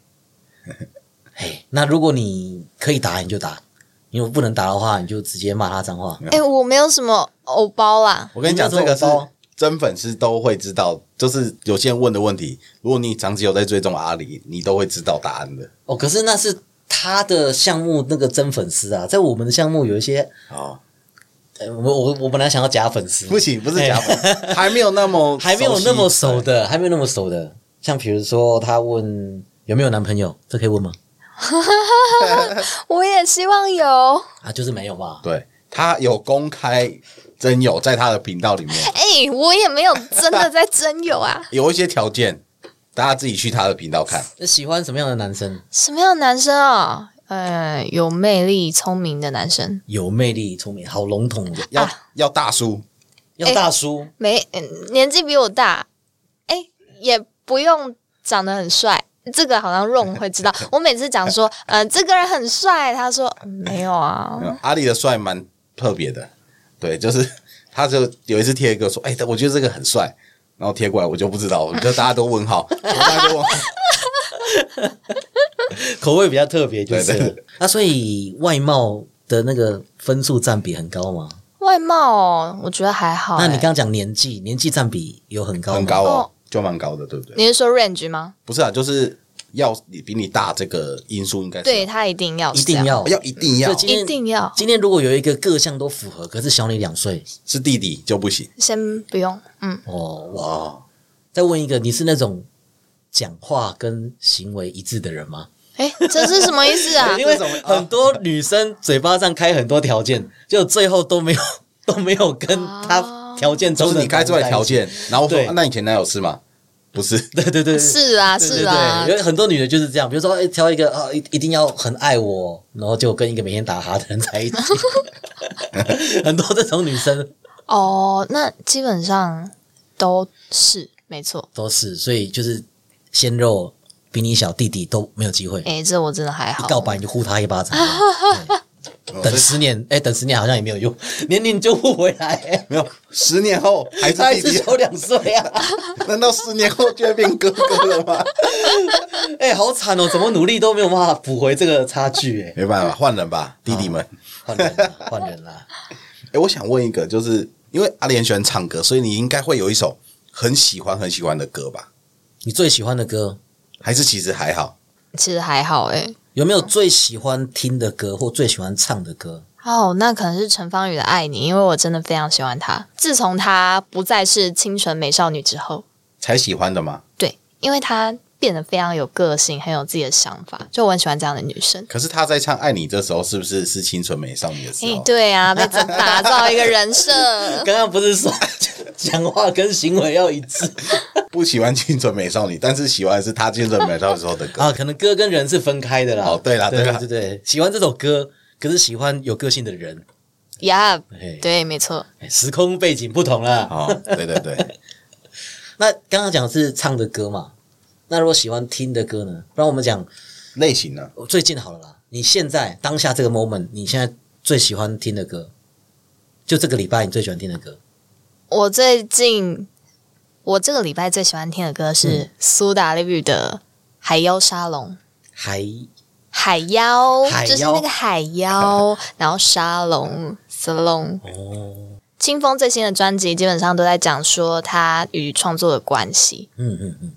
Speaker 1: 嘿，那如果你可以答，你就答；你如果不能答的话，你就直接骂他脏话。
Speaker 3: 哎、我没有什么偶包啦，
Speaker 2: 我跟你讲，
Speaker 1: 你有
Speaker 2: 这
Speaker 1: 这种
Speaker 2: 个是
Speaker 1: 包
Speaker 2: 真粉丝都会知道，就是有些人问的问题，如果你长期有在追踪阿里，你都会知道答案的。
Speaker 1: 哦，可是那是他的项目那个真粉丝啊，在我们的项目有一些，
Speaker 2: 哦，
Speaker 1: 呃、我我我本来想要假粉丝，
Speaker 2: 不行，不是
Speaker 1: (laughs)
Speaker 2: 假粉，还没有那么
Speaker 1: 还没有那么熟
Speaker 2: 的。
Speaker 1: 的，还没有那么熟的。像比如说，他问有没有男朋友，这可以问吗？
Speaker 3: 我也希望有。
Speaker 1: 啊，就是没有嘛。
Speaker 2: 对他有公开真有在他的频道里面。
Speaker 3: 哎、我也没有真的在真有啊
Speaker 2: (laughs) 有一些条件，大家自己去他的频道看。
Speaker 1: 那喜欢什么样的男生？
Speaker 3: 什么样的男生啊？呃，有魅力、聪明的男生，
Speaker 1: 有魅力、聪明，好笼统哦，哎
Speaker 2: 要、
Speaker 3: 啊
Speaker 2: 要大叔，
Speaker 1: 要大叔。
Speaker 3: 没、嗯年纪比我大，哎、也不用长得很帅。这个好像 Ron 会知
Speaker 1: (laughs)
Speaker 3: 道。我每次讲说，呃，这个人很帅，他说嗯没有啊，
Speaker 2: 嗯阿里的帅蛮特别的，对，就是 (laughs) 他就有一次贴一个说，哎、我觉得这个很帅，然后贴过来我就不知道，就大家都问号，大家都问号，
Speaker 1: 口味比较特别，就是
Speaker 2: 对对
Speaker 1: 了那所以外貌的那个分数占比很高吗？
Speaker 3: 外貌哦，我觉得还好、
Speaker 1: 那你
Speaker 3: 哎
Speaker 1: 刚刚讲年纪，年纪占比有很高吗
Speaker 2: 很高哦
Speaker 3: 哦，
Speaker 2: 就蛮高的，对不对？
Speaker 3: 你是说 range 吗？
Speaker 2: 不是啊，就是要比你大这个因素应该是哦
Speaker 3: 对他一定要
Speaker 1: 一
Speaker 3: 是这
Speaker 1: 定
Speaker 3: 样，
Speaker 1: 哦要
Speaker 2: 要一定要
Speaker 1: 所以今天
Speaker 3: 一定要，
Speaker 1: 今天如果有一个各项都符合，可是小你两岁
Speaker 2: 是弟弟就不行
Speaker 3: 先不用，嗯，
Speaker 1: 哦，哇！
Speaker 2: 哦。
Speaker 1: 再问一个，你是那种讲话跟行为一致的人吗？
Speaker 3: 哎、这是什么意
Speaker 1: (laughs)
Speaker 3: 思啊
Speaker 1: 因？为很多女生嘴巴上开很多条件，就最后都没有都没有跟他条件
Speaker 2: 就
Speaker 1: 中
Speaker 2: 是
Speaker 1: 的
Speaker 2: 你开出来条件，然后我说、
Speaker 1: 对
Speaker 2: 啊那你前男友是吗？不是，
Speaker 1: (laughs) 男生在一起，对对对，
Speaker 3: 是啊，
Speaker 1: 对对
Speaker 3: 是啊
Speaker 1: 对，有很多女的就是这样，比如说哎挑一个啊，一一定要很爱我，然后就跟一个每天打哈的人在一
Speaker 3: (laughs)
Speaker 1: 起，很多这种女生
Speaker 3: 哦，那基本上都是没错。
Speaker 1: 都是，所以就是鲜肉比你小弟弟都没有机会，
Speaker 3: 哎、哦这我真的还好。
Speaker 1: 告白你就呼他一巴掌，
Speaker 2: 哦
Speaker 1: 对等十年，哎、等十年好像也没有用， (laughs) 年龄就不回来、
Speaker 2: 没有，十年后还
Speaker 1: 他还
Speaker 2: 哎是弟
Speaker 1: 是
Speaker 2: 弟，
Speaker 1: 小两岁啊！(laughs)
Speaker 2: (laughs) 难道十年后就会变哥哥了吗？
Speaker 1: 哎、好惨哦，怎么努力都没有办法补回这个差距、哎，
Speaker 2: (laughs) 没办法，换人吧，弟弟们。
Speaker 1: 换人啦，换人啦！
Speaker 2: 哦哎、我想问一个，就是因为阿莲喜欢唱歌，所以你应该会有一首很喜欢很喜欢的歌吧？
Speaker 1: 你最喜欢的歌
Speaker 2: 还是其实还好？
Speaker 3: 其实还好哎、
Speaker 1: 有没有最喜欢听的歌或最喜欢唱的歌？，
Speaker 3: 哦，那可能是陈芳宇的《爱你》，因为我真的非常喜欢她。自从她不再是清纯美少女之后，
Speaker 2: 才喜欢的吗？
Speaker 3: 对，因为她变得非常有个性，很有自己的想法，就我很喜欢这样的女生。
Speaker 2: 可是他在唱《爱你》这时候，是不是是哦清纯美少女的时
Speaker 3: 哎、
Speaker 2: 候？
Speaker 3: 对啊，被这打造一个人设
Speaker 1: 刚刚不是说讲话跟行为要一致
Speaker 2: 不喜欢清纯美少女， (laughs) 但是喜欢的是他清纯美少女时候的
Speaker 1: (laughs)
Speaker 2: 歌。
Speaker 1: 啊？可能歌跟人是分开的啦。
Speaker 2: 哦对啦
Speaker 1: 对
Speaker 2: 对啦
Speaker 1: 对对，喜欢这首歌，可是喜欢有个性的人。
Speaker 3: 呀、
Speaker 1: 哎
Speaker 3: yeah,，对，没错。
Speaker 1: 时空背景不同啦。
Speaker 2: (laughs) 哦，对对 (laughs) 对，
Speaker 1: 那刚刚讲的是唱的歌嘛？那如果喜欢听的歌呢？不然我们讲
Speaker 2: 类型呢？
Speaker 1: 最近好了啦。你现在当下这个 moment，你现在最喜欢听的歌，就这个礼拜你最喜欢听的歌，
Speaker 3: 我最近，我这个礼拜最喜欢听的歌是苏打绿的《海妖沙龙》。
Speaker 1: 还
Speaker 3: 海妖，
Speaker 1: 海
Speaker 3: 就是
Speaker 1: 妖
Speaker 3: 那个海妖，然后沙龙 salon。
Speaker 1: 哦，
Speaker 3: 清风最新的专辑基本上都在讲说他与创作的关系。
Speaker 1: 嗯嗯嗯。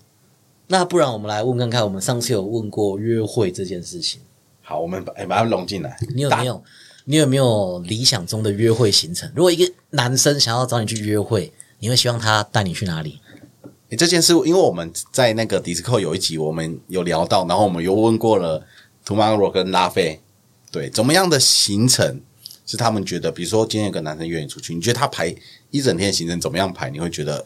Speaker 1: 那不然我们来问看看，我们上次有问过约会这件事情，
Speaker 2: 好，我们把哎、把它拢进来。
Speaker 1: 你有
Speaker 2: 打
Speaker 1: 没有？你有没有理想中的约会行程？如果一个男生想要找你去约会，你会希望他带你去哪里？
Speaker 2: 欸这件事，因为我们在那个 Disco 有一集我们有聊到，然后我们又问过了 Tomorrow 跟拉菲，对，怎么样的行程是他们觉得，比如说今天有个男生约你出去，你觉得他排一整天的行程怎么样排，你会觉得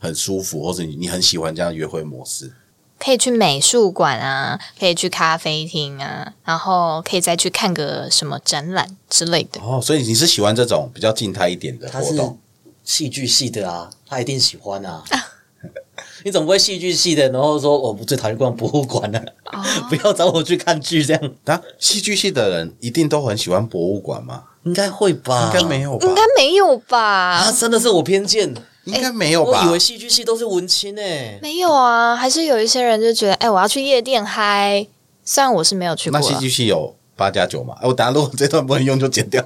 Speaker 2: 很舒服，或者你你很喜欢这样的约会模式？
Speaker 3: 可以去美术馆啊，可以去咖啡厅啊，然后可以再去看个什么展览之类的。
Speaker 2: 哦，所以你是喜欢这种比较静态一点的
Speaker 1: 他
Speaker 2: 活
Speaker 1: 是
Speaker 2: 动，
Speaker 1: 戏剧系的啊，他一定喜欢啊。 (laughs) 你总不会戏剧系的，然后说我不最讨厌逛博物馆了、 (laughs) 不要找我去看剧这样，
Speaker 2: 那戏剧系的人一定都很喜欢博物馆吗？
Speaker 1: 应该会吧？
Speaker 2: 应该没有吧
Speaker 3: 应？该没有
Speaker 1: 啊，
Speaker 3: 吧？
Speaker 1: 真的是我偏见，
Speaker 2: 应该没有吧？
Speaker 1: 哎我以为戏剧系都是文青欸诶、
Speaker 3: 没有啊，还是有一些人就觉得，哎、我要去夜店嗨。虽然我是没有去过
Speaker 2: 那戏
Speaker 3: 啊
Speaker 2: 剧系有八加九嘛？哎我等下如果这段不能用就剪掉。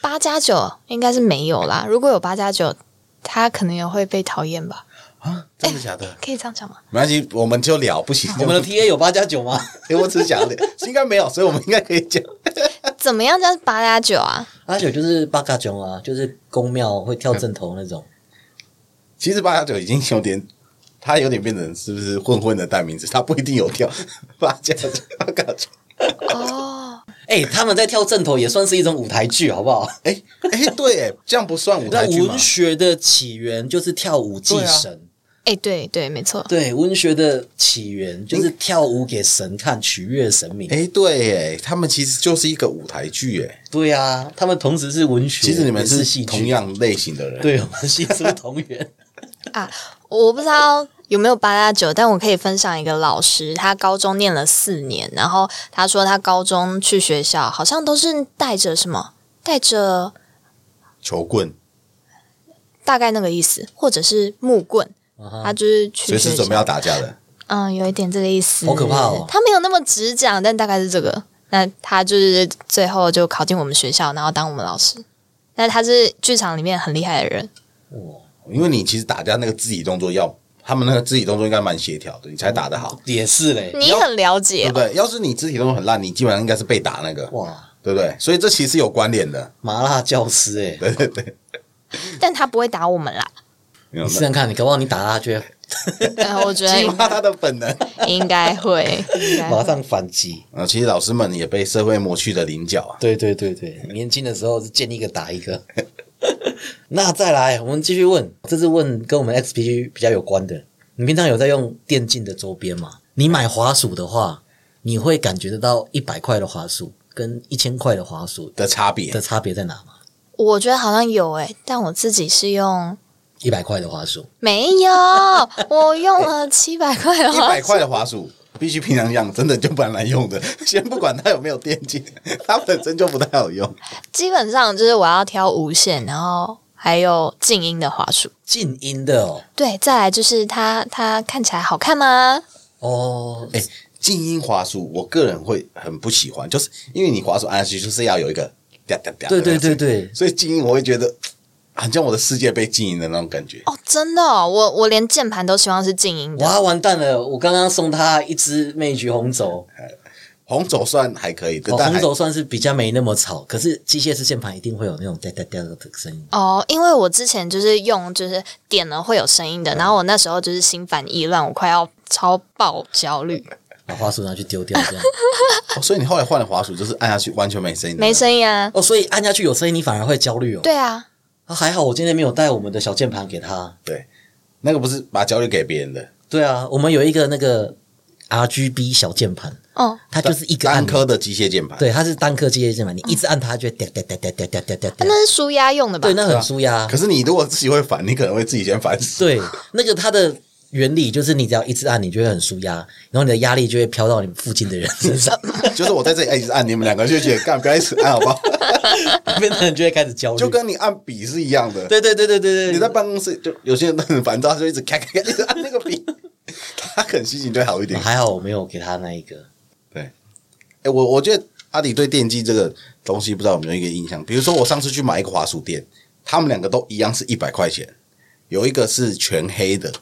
Speaker 3: 八加九，应该是没有啦。如果有八加九，他可能也会被讨厌吧？
Speaker 2: 啊真的假的？
Speaker 3: 可以这样讲吗？
Speaker 2: 没关系，我们就聊，不 (laughs) 行，
Speaker 1: 我们的 T A 有八加九吗？
Speaker 2: 哎 (laughs) 我只是想聊，应该没有，所以我们应该可以讲。 (laughs)
Speaker 3: 怎么样叫八加九啊？
Speaker 1: 八九就是八嘎囧啊，就是公庙会跳正头那种。
Speaker 2: 其实八加九已经有点，他有点变成是不是混混的代名词？他不一定有跳 (laughs) 八加九八加九。
Speaker 3: 哦，
Speaker 1: 哎、他们在跳正头也算是一种舞台剧，好不好？
Speaker 2: 哎哎，对，哎，这样不算舞
Speaker 1: 那
Speaker 2: 台剧吗啊
Speaker 1: 文？学的起源就是跳舞祭神，
Speaker 3: 哎、对对，没错。
Speaker 1: 对,、文学的起源就是跳舞给神看，取悦神明。
Speaker 2: 哎，对，哎，他们其实就是一个舞台剧，哎，
Speaker 1: 对啊，他们同时是文学，
Speaker 2: 其实你们
Speaker 1: 也是
Speaker 2: 是
Speaker 1: 戏
Speaker 2: 同
Speaker 1: 剧，
Speaker 2: 样类型的人。，
Speaker 1: 对，我们系出同
Speaker 2: (laughs)
Speaker 1: 源。
Speaker 3: 啊，我不知道有没有八加九，但我可以分享一个老师，他高中念了四年，然后他说他高中去学校好像都是带着什么，带着
Speaker 2: 球棍
Speaker 3: 大概那个意思，或者是木棍，
Speaker 1: 啊哈
Speaker 3: 他就是去
Speaker 2: 随
Speaker 3: 学
Speaker 2: 时
Speaker 3: 校
Speaker 2: 准备，要打架的，
Speaker 3: 嗯，有一点这个意思，
Speaker 1: 好可怕哦
Speaker 3: 他没有那么直讲，但大概是这个。那他就是最后就考进我们学校，然后当我们老师。那他是剧场里面很厉害的人，
Speaker 1: 哇，
Speaker 2: 因为你其实打架那个肢体动作要，他们那个肢体动作应该蛮协调的，你才打得好。
Speaker 1: 也是嘞，
Speaker 3: 你很了解
Speaker 2: 对不对？要是你肢体动作很烂，你基本上应该是被打那个，
Speaker 1: 哇，
Speaker 2: 对不对？所以这其实有关联的。
Speaker 1: 麻辣教师哎、
Speaker 2: 对对对，
Speaker 1: 嗯
Speaker 3: 但他不会打我们啦。
Speaker 2: 没有
Speaker 1: 你试想看，你搞不好你打他，就会
Speaker 3: 然呃后
Speaker 1: (laughs)
Speaker 3: 我觉
Speaker 2: 激
Speaker 3: 得
Speaker 2: 发他的本能。
Speaker 3: (laughs) 应该会，应该
Speaker 1: 马
Speaker 3: 会。
Speaker 1: 上反击。
Speaker 2: 啊，其实老师们也被社会磨去了棱角啊。
Speaker 1: 对对对对，年轻的时候是见一个打一个。 (laughs) 那再来，我们继续问，这是问跟我们 XP 比较有关的。你平常有在用电竞的周边吗？你买滑鼠的话，你会感觉得到一百块的滑鼠跟一千块的滑鼠
Speaker 2: 的差别
Speaker 1: 的差别在哪吗？
Speaker 3: 我觉得好像有诶、但我自己是用
Speaker 1: 一百块的滑鼠，
Speaker 3: 没有，我用了七百块的
Speaker 2: 一
Speaker 3: 话
Speaker 2: 百，块的滑鼠必须平常用，真的就蛮难用的。 (laughs) 先不管它有没有电竞， (laughs) 它本身就不太好用。
Speaker 3: 基本上就是我要挑无线，然后还有静音的滑鼠。
Speaker 1: 静音的哦。
Speaker 3: 对，再来就是它，它看起来好看吗？
Speaker 1: 哦，
Speaker 2: 哎、静音滑鼠，我个人会很不喜欢，就是因为你滑鼠按下去就是要有一个哒哒哒。
Speaker 1: 对对对，对，
Speaker 2: 所以静音我会觉得，很像我的世界被静音的那种感觉。
Speaker 3: 哦，真的、哦，我我连键盘都希望是静音的。
Speaker 1: 哇，完蛋了！我刚刚送他一支魅菊红轴，
Speaker 2: 红轴算还可以，
Speaker 1: 哦、
Speaker 2: 但还
Speaker 1: 红轴算是比较没那么吵，可是机械式键盘一定会有那种哒哒哒的声音。
Speaker 3: 哦，因为我之前就是用，就是点了会有声音
Speaker 1: 嗯
Speaker 3: 的，然后我那时候就是心烦意乱，我快要超爆焦虑，
Speaker 1: 把花束拿去丢掉，这样 (laughs)
Speaker 2: 哦，所以你后来换了滑鼠，就是按下去完全没声音的，
Speaker 3: 没声音啊。
Speaker 1: 哦，所以按下去有声音，你反而会焦虑哦。
Speaker 3: 对啊，
Speaker 1: 啊，还好我今天没有带我们的小键盘给他。
Speaker 2: 对，那个不是把焦虑给别人的，
Speaker 1: 对啊，我们有一个那个 RGB 小键盘，
Speaker 3: 哦，
Speaker 1: 它就是一个按
Speaker 2: 单
Speaker 1: 钮，
Speaker 2: 颗的机械键盘，，
Speaker 1: 对，它是单颗机械键盘，你一直按它，它就会哒哒哒哒哒哒哒哒哒。
Speaker 3: 啊那是舒压用的吧？
Speaker 1: 对，那
Speaker 2: 啊
Speaker 1: 很舒压
Speaker 2: 可。是你如果自己会烦，你可能会自己先烦死。
Speaker 1: 对，那个它的原理就是你只要一直按，你就会很舒压，然后你的压力就会飘到你附近的人身
Speaker 2: (laughs)
Speaker 1: 上，
Speaker 2: 就是我在这里一直按，你们两个就觉得干，不要一直按好不
Speaker 1: (laughs)
Speaker 2: 好？
Speaker 1: 变成人就会开始焦虑。
Speaker 2: 就跟你按笔是一样的。
Speaker 1: 对对对对对
Speaker 2: 你
Speaker 1: 对
Speaker 2: 在，办公室就有些人都很烦躁，就一直咔咔咔一直按那个笔， (laughs) 他可能心情就会好一点。
Speaker 1: 还好我没有给他那一个。
Speaker 2: 哎、我我觉得阿里对电竞这个东西不知道有没有一个印象。比如说我上次去买一个滑鼠垫，他们两个都一样是一百块钱，有一个是全黑的，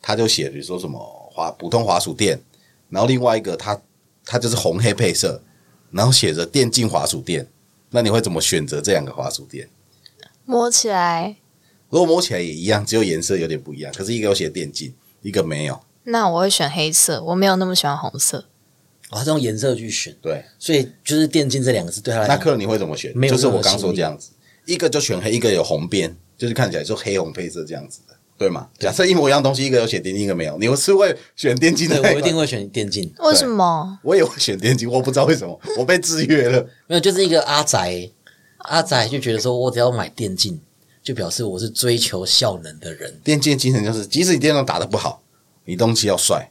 Speaker 2: 他就写比如说什么滑普通滑鼠垫，然后另外一个它它就是红黑配色，然后写着电竞滑鼠垫。那你会怎么选择这两个滑鼠垫？
Speaker 3: 摸起来，
Speaker 2: 如果摸起来也一样，只有颜色有点不一样，可是一个有写电竞，一个没有。
Speaker 3: 那我会选黑色，我没有那么喜欢红色。
Speaker 1: 哦，他是用颜色去选，
Speaker 2: 对，
Speaker 1: 所以就是电竞这两个字对他来
Speaker 2: 那
Speaker 1: 讲，
Speaker 2: 客人你会怎么选
Speaker 1: 哎没？有
Speaker 2: 就是
Speaker 1: 任何
Speaker 2: 我刚说
Speaker 1: 吸引力
Speaker 2: 这样子，一个就全黑，一个有红边，就是看起来就黑红配色这样子的，对吗？假设一模一样东西，一个有写电竞，一个没有，你是会选电竞的
Speaker 1: 对
Speaker 2: 那个吗？
Speaker 1: 我一定会选电竞。
Speaker 3: 为什么？
Speaker 2: 我也会选电竞，我不知道为什么，我被制约了。
Speaker 1: 没有，就是一个阿宅，阿宅就觉得说我只要买电竞，就表示我是追求效能的人，
Speaker 2: 电竞的精神就是，即使你电动打得不好，你东西要帅。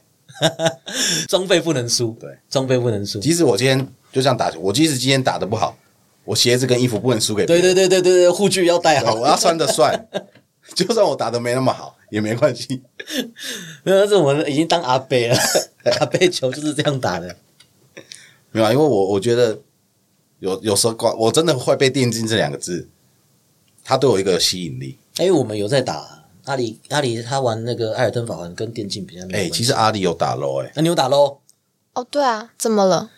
Speaker 1: 装备不能输，
Speaker 2: 对，
Speaker 1: 装备不能输。
Speaker 2: 即使我今天就这样打球，我即使今天打得不好，我鞋子跟衣服不能输给别
Speaker 1: 对对
Speaker 2: 人，
Speaker 1: 对对对对，护具要带
Speaker 2: 对
Speaker 1: 好。
Speaker 2: 我要穿得帅。 (laughs) 就算我打的没那么好也没关系。
Speaker 1: 没有，但是我们已经当阿贝了，阿贝球就是这样打的。
Speaker 2: 没有啊，因为我我觉得有有时候光我真的会被“电竞”这两个字，它对我一个吸引力。
Speaker 1: 哎，我们有在打阿里，阿里他玩那个艾尔登法环跟电竞比较嗯没有
Speaker 2: 哎、
Speaker 1: 关系。
Speaker 2: 其实阿里有打 low 哎、
Speaker 1: 那、你有打喽？
Speaker 3: 哦，对啊，怎么了？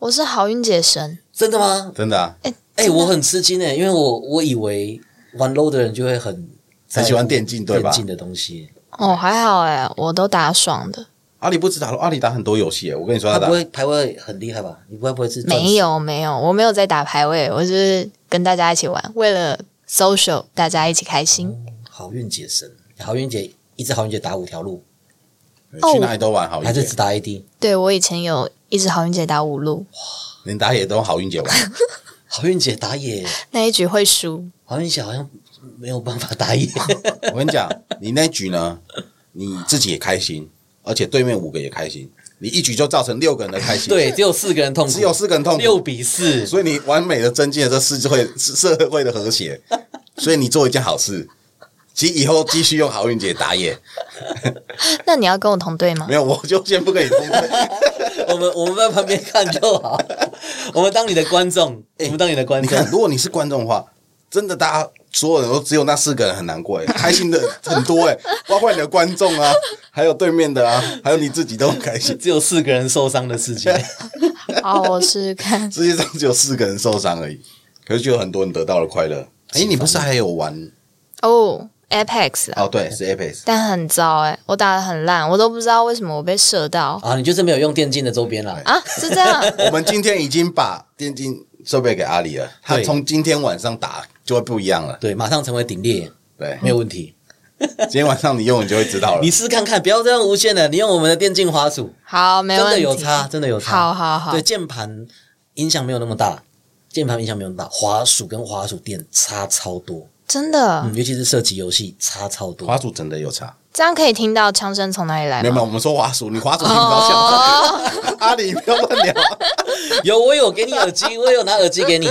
Speaker 3: 我是好运姐神，
Speaker 1: 真的吗？
Speaker 2: 真的啊，
Speaker 1: 哎、我很吃惊哎、因为我我以为玩 low 的人就会很
Speaker 2: 很喜欢电竞对吧
Speaker 1: 电竞的东西，
Speaker 3: 哦，还好哎、我都打爽的，
Speaker 2: 阿里不止打 low，阿里打很多游戏哎。我跟你说，
Speaker 1: 他
Speaker 2: 打
Speaker 1: 不会排位很厉害吧？你不会不会是钻石
Speaker 3: 没？有没有，我没有在打排位，我就是跟大家一起玩，为了 social 大家一起开心。
Speaker 1: 好运姐神，好运姐一只好运姐打五条路，
Speaker 3: 哦
Speaker 2: 去哪里都玩好运
Speaker 1: 还是
Speaker 2: 姐
Speaker 1: 只，打 AD？
Speaker 3: 对我以前有一直好运姐打五路
Speaker 2: 连打野都好运
Speaker 1: (laughs)
Speaker 2: 姐玩。
Speaker 1: 好运姐打野，
Speaker 3: 那一局会输，
Speaker 1: 好运姐好像没有办法打野，
Speaker 2: 我跟你讲，你那局呢，你自己也开心，而且对面五个也开心，你一局就造成六个人的开心，
Speaker 1: (laughs)
Speaker 2: (laughs)
Speaker 1: 对，，只有四个人痛苦，
Speaker 2: 只有四个人痛苦，
Speaker 1: 六比四，
Speaker 2: 所以你完美的增进了这社会 (laughs) 社会的和谐，所以你做一件好事。其实以后继续用好运姐打野，
Speaker 3: 那你要跟我同队吗
Speaker 2: (laughs) 没？有我就先不跟你 (laughs) 通队。
Speaker 1: 我们我们在旁边看就好，我们当你的观众，我们当你的观
Speaker 2: 哎你
Speaker 1: 众
Speaker 2: 看，。如果你是观众的话，真的大家所有人都只有那四个人很难过，哎，开心的很多哎，包括你的观众啊，还有对面的啊，还有你自己都很开心。
Speaker 1: 只有四个人受伤的世
Speaker 2: (laughs)
Speaker 1: 界，
Speaker 3: 好，哦我试试看。
Speaker 2: 世界上只有四个人受伤而已，可是就有很多人得到了快乐。哎、你不是还有玩？
Speaker 3: 哦、a p e x 啊，
Speaker 2: 哦，对，是 Apex。
Speaker 3: 但很糟哎、我打的很烂，我都不知道为什么我被射到
Speaker 1: 啊，你就是没有用电竞的周边
Speaker 2: 哎
Speaker 1: 啦。
Speaker 3: 啊，是这样。
Speaker 2: 我们今天已经把电竞设备给阿里 (laughs) 了，他
Speaker 1: 对
Speaker 2: 从今天晚上打就会不一样了。
Speaker 1: (laughs) 对，马上成为顶裂，
Speaker 2: 对，
Speaker 1: 没有问题。
Speaker 2: 今天晚上你用你就会知道了
Speaker 1: 你。试看看，不要这样无限的，你用我们的电竞滑鼠，
Speaker 3: 好，没
Speaker 1: 真
Speaker 3: 问
Speaker 1: 的
Speaker 3: 题。
Speaker 1: 有差，真的有差。
Speaker 3: 好好好
Speaker 1: 对，键盘影响没有那么大，键盘影响没有那么大，滑鼠跟滑鼠垫差超多，
Speaker 3: 真的、
Speaker 1: 嗯，尤其是射击游戏差超多。
Speaker 2: 滑鼠真的有差，
Speaker 3: 这样可以听到枪声从哪里来
Speaker 2: 没有没
Speaker 3: 吗？
Speaker 2: 有，我们说滑鼠，你滑鼠听不到笑声。阿里不要乱聊，
Speaker 1: 有，我有给你耳机，我有拿耳机给你，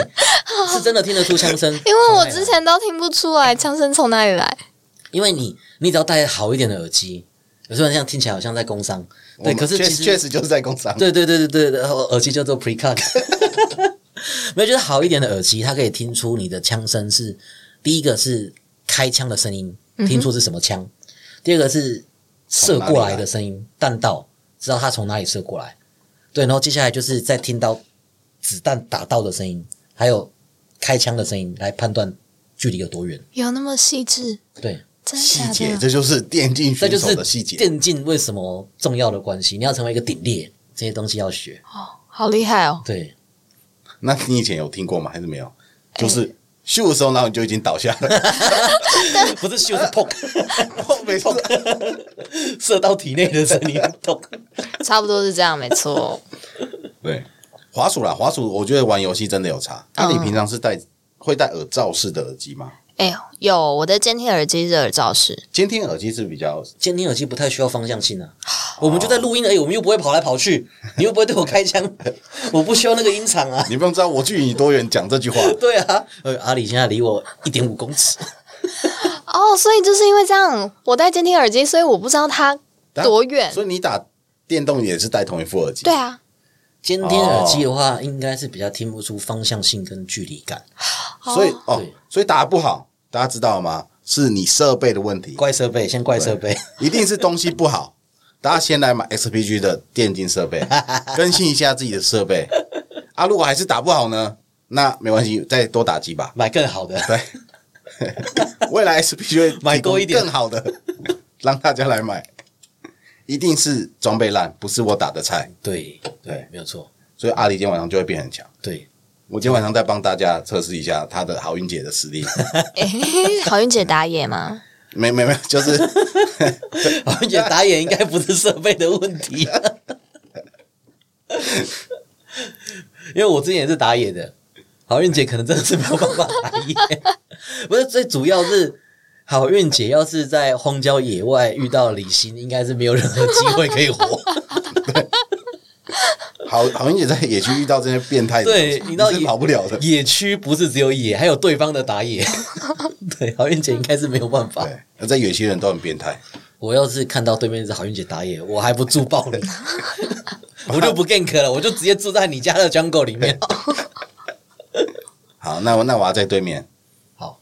Speaker 1: 是真的听得出枪声。
Speaker 3: 因为我之前都听不出来枪声从哪里来。
Speaker 1: 因为你你只要戴好一点的耳机，有时候这样听起来好像在工商，
Speaker 2: 我
Speaker 1: 对，
Speaker 2: 们
Speaker 1: 可是
Speaker 2: 确
Speaker 1: 其
Speaker 2: 实确
Speaker 1: 实
Speaker 2: 实就是在工商。
Speaker 1: 对对对对对，然后耳机叫做 pre cut，没有就是好一点的耳机，它可以听出你的枪声是第一个是开枪的声音，听出是什么枪；第二个是射过来的声音，弹道知道它从哪里射过来，对，然后接下来就是再听到子弹打到的声音，还有开枪的声音来判断距离有多远，
Speaker 3: 有那么细致？
Speaker 1: 对。
Speaker 3: 真
Speaker 2: 细
Speaker 3: 的
Speaker 2: 节，
Speaker 3: 假的？
Speaker 2: 这就是电竞
Speaker 1: 这
Speaker 2: 选
Speaker 1: 就
Speaker 2: 手
Speaker 1: 是
Speaker 2: 的细节。
Speaker 1: 电竞为什么重要的关系。你要成为一个顶裂，这些东西要学。
Speaker 3: 好厉害哦！
Speaker 1: 对，
Speaker 2: 那你以前有听过吗？还是没有？就是秀的时候，然后你就已经倒下
Speaker 1: 哎
Speaker 2: 了。
Speaker 1: 不是咻是砰，
Speaker 2: (laughs) 哦没错，
Speaker 1: 射到体内的声音 (laughs) 痛。
Speaker 3: 差不多是这样，没错。
Speaker 2: 对，滑鼠啦，滑鼠，我觉得玩游戏真的有差。那、你
Speaker 3: 嗯
Speaker 2: 平常是戴会戴耳罩式的耳机吗？
Speaker 3: 哎、有我的监听耳机是耳罩式，
Speaker 2: 监听耳机是比较
Speaker 1: 监听耳机不太需要方向性啊，我们就在录音而已，哎我们又不会跑来跑去， (laughs) 你又不会对我开枪，我不需要那个音场 (laughs) 啊。
Speaker 2: 你不用知道我距你多远讲这句话，
Speaker 1: 对啊，呃，阿里现在离我一点五公尺，
Speaker 3: 哦，所以就是因为这样，我戴监听耳机，所以我不知道它多远。
Speaker 2: 所以你打电动也是戴同一副耳机。
Speaker 3: 对，啊，
Speaker 1: 监听耳机的话，应该是比较听不出方向性跟距离感，
Speaker 2: 所以哦
Speaker 1: 对，
Speaker 2: 所以打得不好，大家知道吗？是你设备的问题，
Speaker 1: 怪设备，先怪设备。
Speaker 2: 一定是东西不好。大家先来买 XPG 的电竞设备，更新一下自己的设备。啊，如果还是打不好呢，那没关系，再多打几把。
Speaker 1: 买更好的，
Speaker 2: 对，未来 SPG 会提供
Speaker 1: 买多一点
Speaker 2: 更好的，让大家来买。一定是装备烂，不是我打的菜，
Speaker 1: 对对，没有错，
Speaker 2: 所以阿里今天晚上就会变很强。
Speaker 1: 对，
Speaker 2: 我今天晚上再帮大家测试一下她的好运姐的实力，
Speaker 3: 哎好运姐打野吗？
Speaker 2: 没没没，就是
Speaker 1: 而且打野应该不是设备的问题、因为我之前也是打野的，好运姐可能真的是没有办法打野，不是最主要是好运姐要是在荒郊野外遇到李欣，应该是没有任何机会可以活。
Speaker 2: 好好英姐在野区遇到这些变态的，
Speaker 1: 对你
Speaker 2: 你
Speaker 1: 到
Speaker 2: 是
Speaker 1: 野
Speaker 2: 跑不了的。
Speaker 1: 野区不是只有野，还有对方的打野。对，好运姐应该是没有办法。
Speaker 2: 对，那在野区的人都很变态，
Speaker 1: 我要是看到对面是好运姐打野，我还不住爆你，我就不 gank 了，我就直接住在你家的 jungle 里面。
Speaker 2: 好，那我那我要在
Speaker 1: (laughs)
Speaker 2: 对面，
Speaker 1: 好，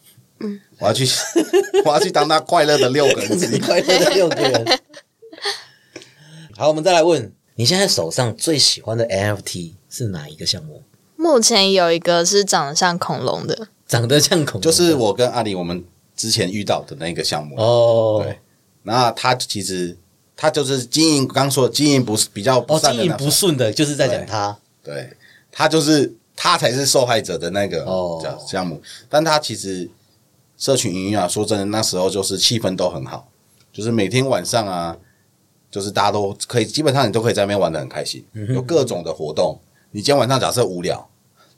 Speaker 2: 我要去， (laughs) 我要去当他快乐的六个人
Speaker 1: (laughs)
Speaker 2: 之
Speaker 1: 你
Speaker 2: 一。
Speaker 1: 快乐的六个
Speaker 2: (laughs)
Speaker 1: 人。好，我们再来问，你现在手上最喜欢的 NFT 是哪一个项目？
Speaker 3: 目前有一个是长得像恐龙的，
Speaker 1: 长得像恐龙的，
Speaker 2: 就是我跟阿里我们之前遇到的那个项目，
Speaker 1: 哦，
Speaker 2: 对那他其实他就是经营，刚说的经营不是比较不
Speaker 1: 哦，
Speaker 2: 善
Speaker 1: 经
Speaker 2: 的
Speaker 1: 营
Speaker 2: 那
Speaker 1: 不顺的，就是在讲他
Speaker 2: 对他就是他才是受害者的那个
Speaker 1: 哦
Speaker 2: 项项目，但他其实社群营运啊，说真的，那时候就是气氛都很好，就是每天晚上啊，就是大家都可以，基本上你都可以在那边玩的很开心，
Speaker 1: 嗯
Speaker 2: 有各种的活动。你今天晚上假设无聊，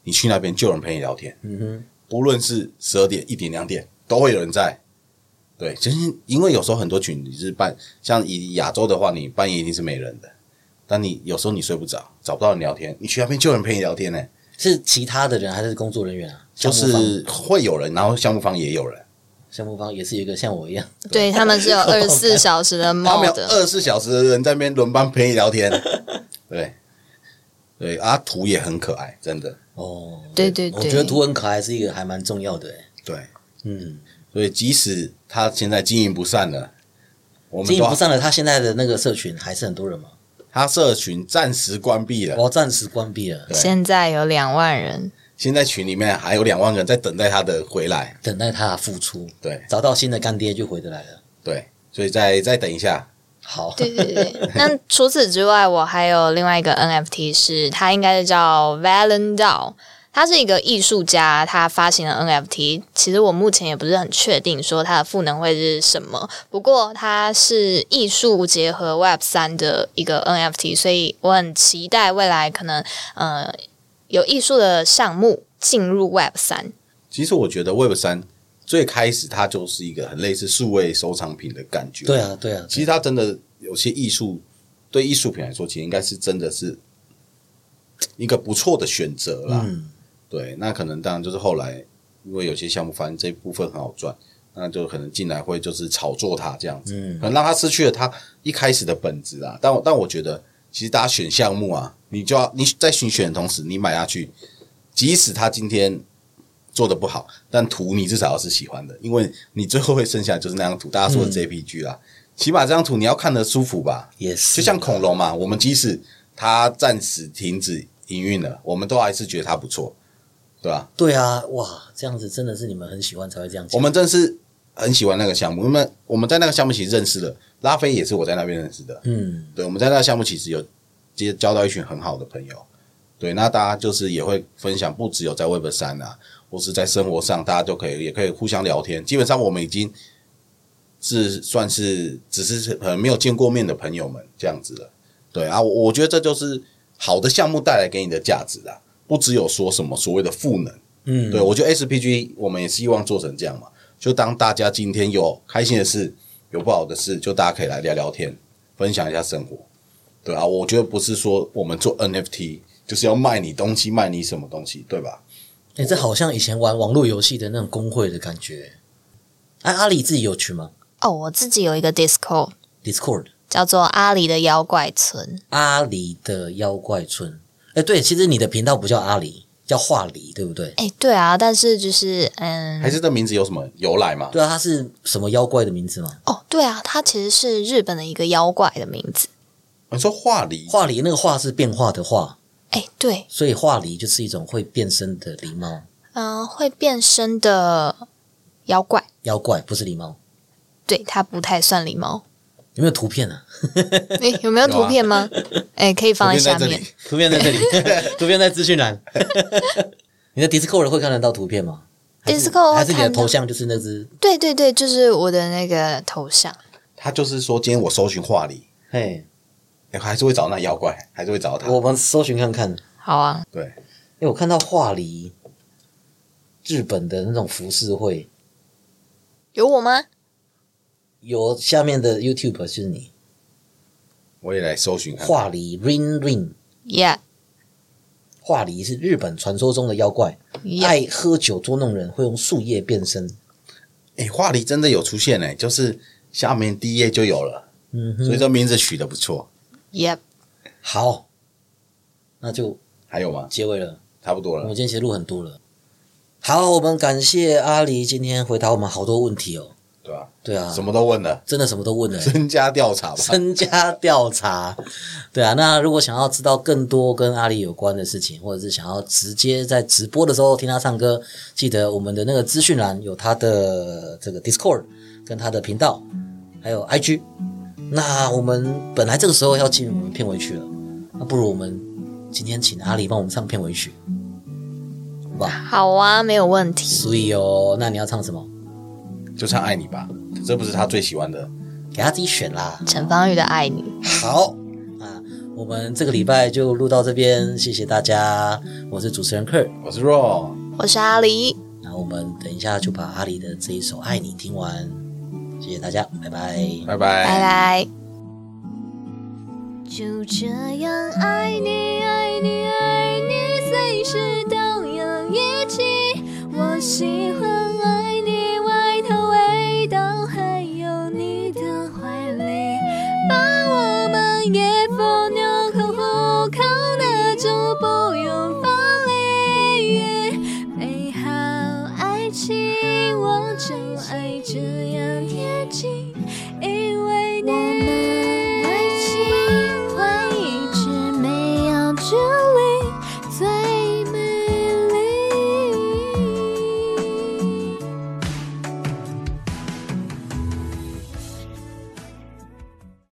Speaker 2: 你去那边就有人陪你聊天，
Speaker 1: 嗯哼，
Speaker 2: 不论是十二点、一点、两点，都会有人在。对，就是因为有时候很多群你是半，像以亚洲的话，你半夜一定是没人的。但你有时候你睡不着，找不到人聊天，你去那边就有人陪你聊天呢、
Speaker 1: 是其他的人还是工作人员啊？
Speaker 2: 就
Speaker 1: 项目方
Speaker 2: 是会有人，然后项目方也有人，
Speaker 1: 项目方也是有一个像我一样，
Speaker 3: 对
Speaker 2: (laughs)
Speaker 3: 他们是有二十四小时的
Speaker 2: 他
Speaker 3: 猫
Speaker 2: 们有
Speaker 3: 的，
Speaker 2: 二十四小时的人在那边轮班陪你聊天。 (laughs) 对，对，啊，图也很可爱，真的。
Speaker 1: 哦，
Speaker 3: 对对
Speaker 1: 我
Speaker 3: 对
Speaker 1: 觉得图文可爱是一个还蛮重要的、欸，
Speaker 2: 对，
Speaker 1: 嗯，
Speaker 2: 所以即使他现在经营不善了，我们
Speaker 1: 经
Speaker 2: 都
Speaker 1: 营不善了，他现在的那个社群还是很多人嘛，
Speaker 2: 他社群暂时关闭了
Speaker 1: 我。要暂时关闭了，
Speaker 2: 对
Speaker 3: 现在有两万人，
Speaker 2: 现在群里面还有两万个人在等待他的回来，
Speaker 1: 等待他的复出，
Speaker 2: 对
Speaker 1: 找到新的干爹就回得来了。
Speaker 2: 对，所以再再等一下，
Speaker 1: 好，
Speaker 3: 对对对。 (laughs) 那除此之外，我还有另外一个 NFT 是它应该是叫 Valen DAO，他是一个艺术家，他发行的 NFT。其实我目前也不是很确定说它的赋能会是什么，不过它是艺术结合 Web 三的一个 NFT，所以我很期待未来可能呃有艺术的项目进入 Web 三。
Speaker 2: 其实我觉得 Web 三最开始它就是一个很类似数位收藏品的感觉。
Speaker 1: 对，啊，对啊，
Speaker 2: 其实它真的有些艺术，对艺术品来说，其实应该是真的是一个不错的选择啦。
Speaker 1: 嗯，
Speaker 2: 对，那可能当然就是后来，因为有些项目反正这部分很好赚，那就可能进来会就是炒作它这样子，
Speaker 1: 嗯
Speaker 2: 可能让它失去了它一开始的本质啊。但我但我觉得，其实大家选项目啊，你就要你在选选的同时，你买下去，即使它今天做的不好，但图你至少要是喜欢的，因为你最后会剩下就是那张图，大家说的 JPG 啦。啊起码这张图你要看得舒服吧，
Speaker 1: 也是，
Speaker 2: 就像恐龙嘛，我们即使它暂时停止营运了，我们都还是觉得它不错，对吧、
Speaker 1: 对啊，哇，这样子真的是你们很喜欢才会这样讲。
Speaker 2: 我们真是很喜欢那个项目，因为我们在那个项目其实认识了拉菲，也是我在那边认识的。
Speaker 1: 嗯，
Speaker 2: 对，我们在那个项目其实有接交到一群很好的朋友。对，那大家就是也会分享，不只有在 Web 三啊，或是在生活上，大家都可以也可以互相聊天。基本上我们已经是算是只是可能没有见过面的朋友们这样子了。对啊，我我觉得这就是好的项目带来给你的价值啦，不只有说什么所谓的赋能。
Speaker 1: 嗯，
Speaker 2: 对，我觉得 SPG 我们也希望做成这样嘛，就当大家今天有开心的事，有不好的事，就大家可以来聊聊天，分享一下生活，对啊，我觉得不是说我们做 NFT 就是要卖你东西，卖你什么东西，对吧？
Speaker 1: 哎、这好像以前玩网络游戏的那种工会的感觉。哎、阿里自己有群吗
Speaker 3: 哦，我自己有一个 Discord
Speaker 1: ？Discord
Speaker 3: 叫做阿里的妖怪村，
Speaker 1: 阿里的妖怪村。哎、对，其实你的频道不叫阿里，叫画里，对不对？
Speaker 3: 哎，对啊，但是就是嗯，
Speaker 2: 还是这名字有什么由来嘛？
Speaker 1: 对啊，它是什么妖怪的名字吗？
Speaker 3: 哦，对啊，它其实是日本的一个妖怪的名字。
Speaker 2: 你说画狸，
Speaker 1: 画里那个画是变化的画，
Speaker 3: 哎，对，
Speaker 1: 所以画里就是一种会变身的狸猫
Speaker 3: 嗯、会变身的妖怪，
Speaker 1: 妖怪，不是狸猫。
Speaker 3: 对，它不太算狸
Speaker 2: (laughs)
Speaker 3: 猫。
Speaker 1: 有没有图片啊？
Speaker 3: 哎，有没有图片吗？哎、可以放
Speaker 2: 我
Speaker 3: 在
Speaker 2: 啊就在
Speaker 3: 下
Speaker 2: 这
Speaker 3: 面
Speaker 2: 里。，
Speaker 1: 图片在这里，
Speaker 3: (laughs)
Speaker 1: 图片在资讯栏。 (laughs) 你的 Discord 会看得到图片吗还是
Speaker 3: Discord 会
Speaker 1: 还是你的
Speaker 3: 看到
Speaker 1: 头像就是那只？
Speaker 3: 对对对，就是我的那个头像。
Speaker 2: 他就是说今天我搜寻画狸，
Speaker 1: 嘿，
Speaker 2: 哎还是会找那妖怪， (laughs) 还是会找他。
Speaker 1: 我们搜寻看看。
Speaker 3: 好啊，
Speaker 2: 对，
Speaker 1: 因为我看到画里日本的那种服饰会，
Speaker 3: 有我吗？
Speaker 1: 有下面的 YouTube 是你
Speaker 2: 我也来搜寻看看。
Speaker 1: 画里 Ring Ring，
Speaker 3: 耶、yeah,，
Speaker 1: 画梨是日本传说中的妖怪，爱喝酒捉弄人，会用树叶变身。
Speaker 2: 哎、画梨真的有出现哎、就是下面第一页就有了，
Speaker 1: 嗯
Speaker 2: 所以
Speaker 1: 哼，
Speaker 2: 这名字取得不错。
Speaker 3: Yep，
Speaker 1: 好，那就
Speaker 2: 还有吗？
Speaker 1: 结尾了。
Speaker 2: 差不多
Speaker 1: 我
Speaker 2: 了
Speaker 1: 们。今天其实录很多了。好，我们感谢阿狸今天回答我们好多问题哦。
Speaker 2: 对吧、
Speaker 1: 对啊，
Speaker 2: 什么都问了，
Speaker 1: 真的什么都问了、
Speaker 2: 身家调查吧。
Speaker 1: 嗯身家调查，对啊。那如果想要知道更多跟阿里有关的事情，或者是想要直接在直播的时候听他唱歌，记得我们的那个资讯栏有他的这个 Discord 跟他的频道，还有 IG。那我们本来这个时候要进入我们片尾曲了，那不如我们今天请阿里帮我们唱片尾曲，好不好？
Speaker 3: 好啊，没有问题。
Speaker 1: 所以哦，那你要唱什么？
Speaker 2: 就唱《爱你吧》，这不是他最喜欢的。
Speaker 1: 给他自己选啦。
Speaker 3: 陈芳玉的《爱你》，
Speaker 1: 好啊，我们这个礼拜就录到这边，谢谢大家，我是主持人 Kurt，
Speaker 2: 我是 Raw，
Speaker 3: 我是阿狸，
Speaker 1: 那我们等一下就把阿里的这一首《爱你》听完，谢谢大家，拜拜。
Speaker 2: 拜
Speaker 3: 拜
Speaker 2: 拜。
Speaker 3: 拜。
Speaker 4: 就这样爱你，爱你，爱你，随时都有一起。我喜欢爱你外套味道，还有你的怀里，把我们也放纽扣后靠那就不用分离。美哎好爱情，我真爱这样贴近。一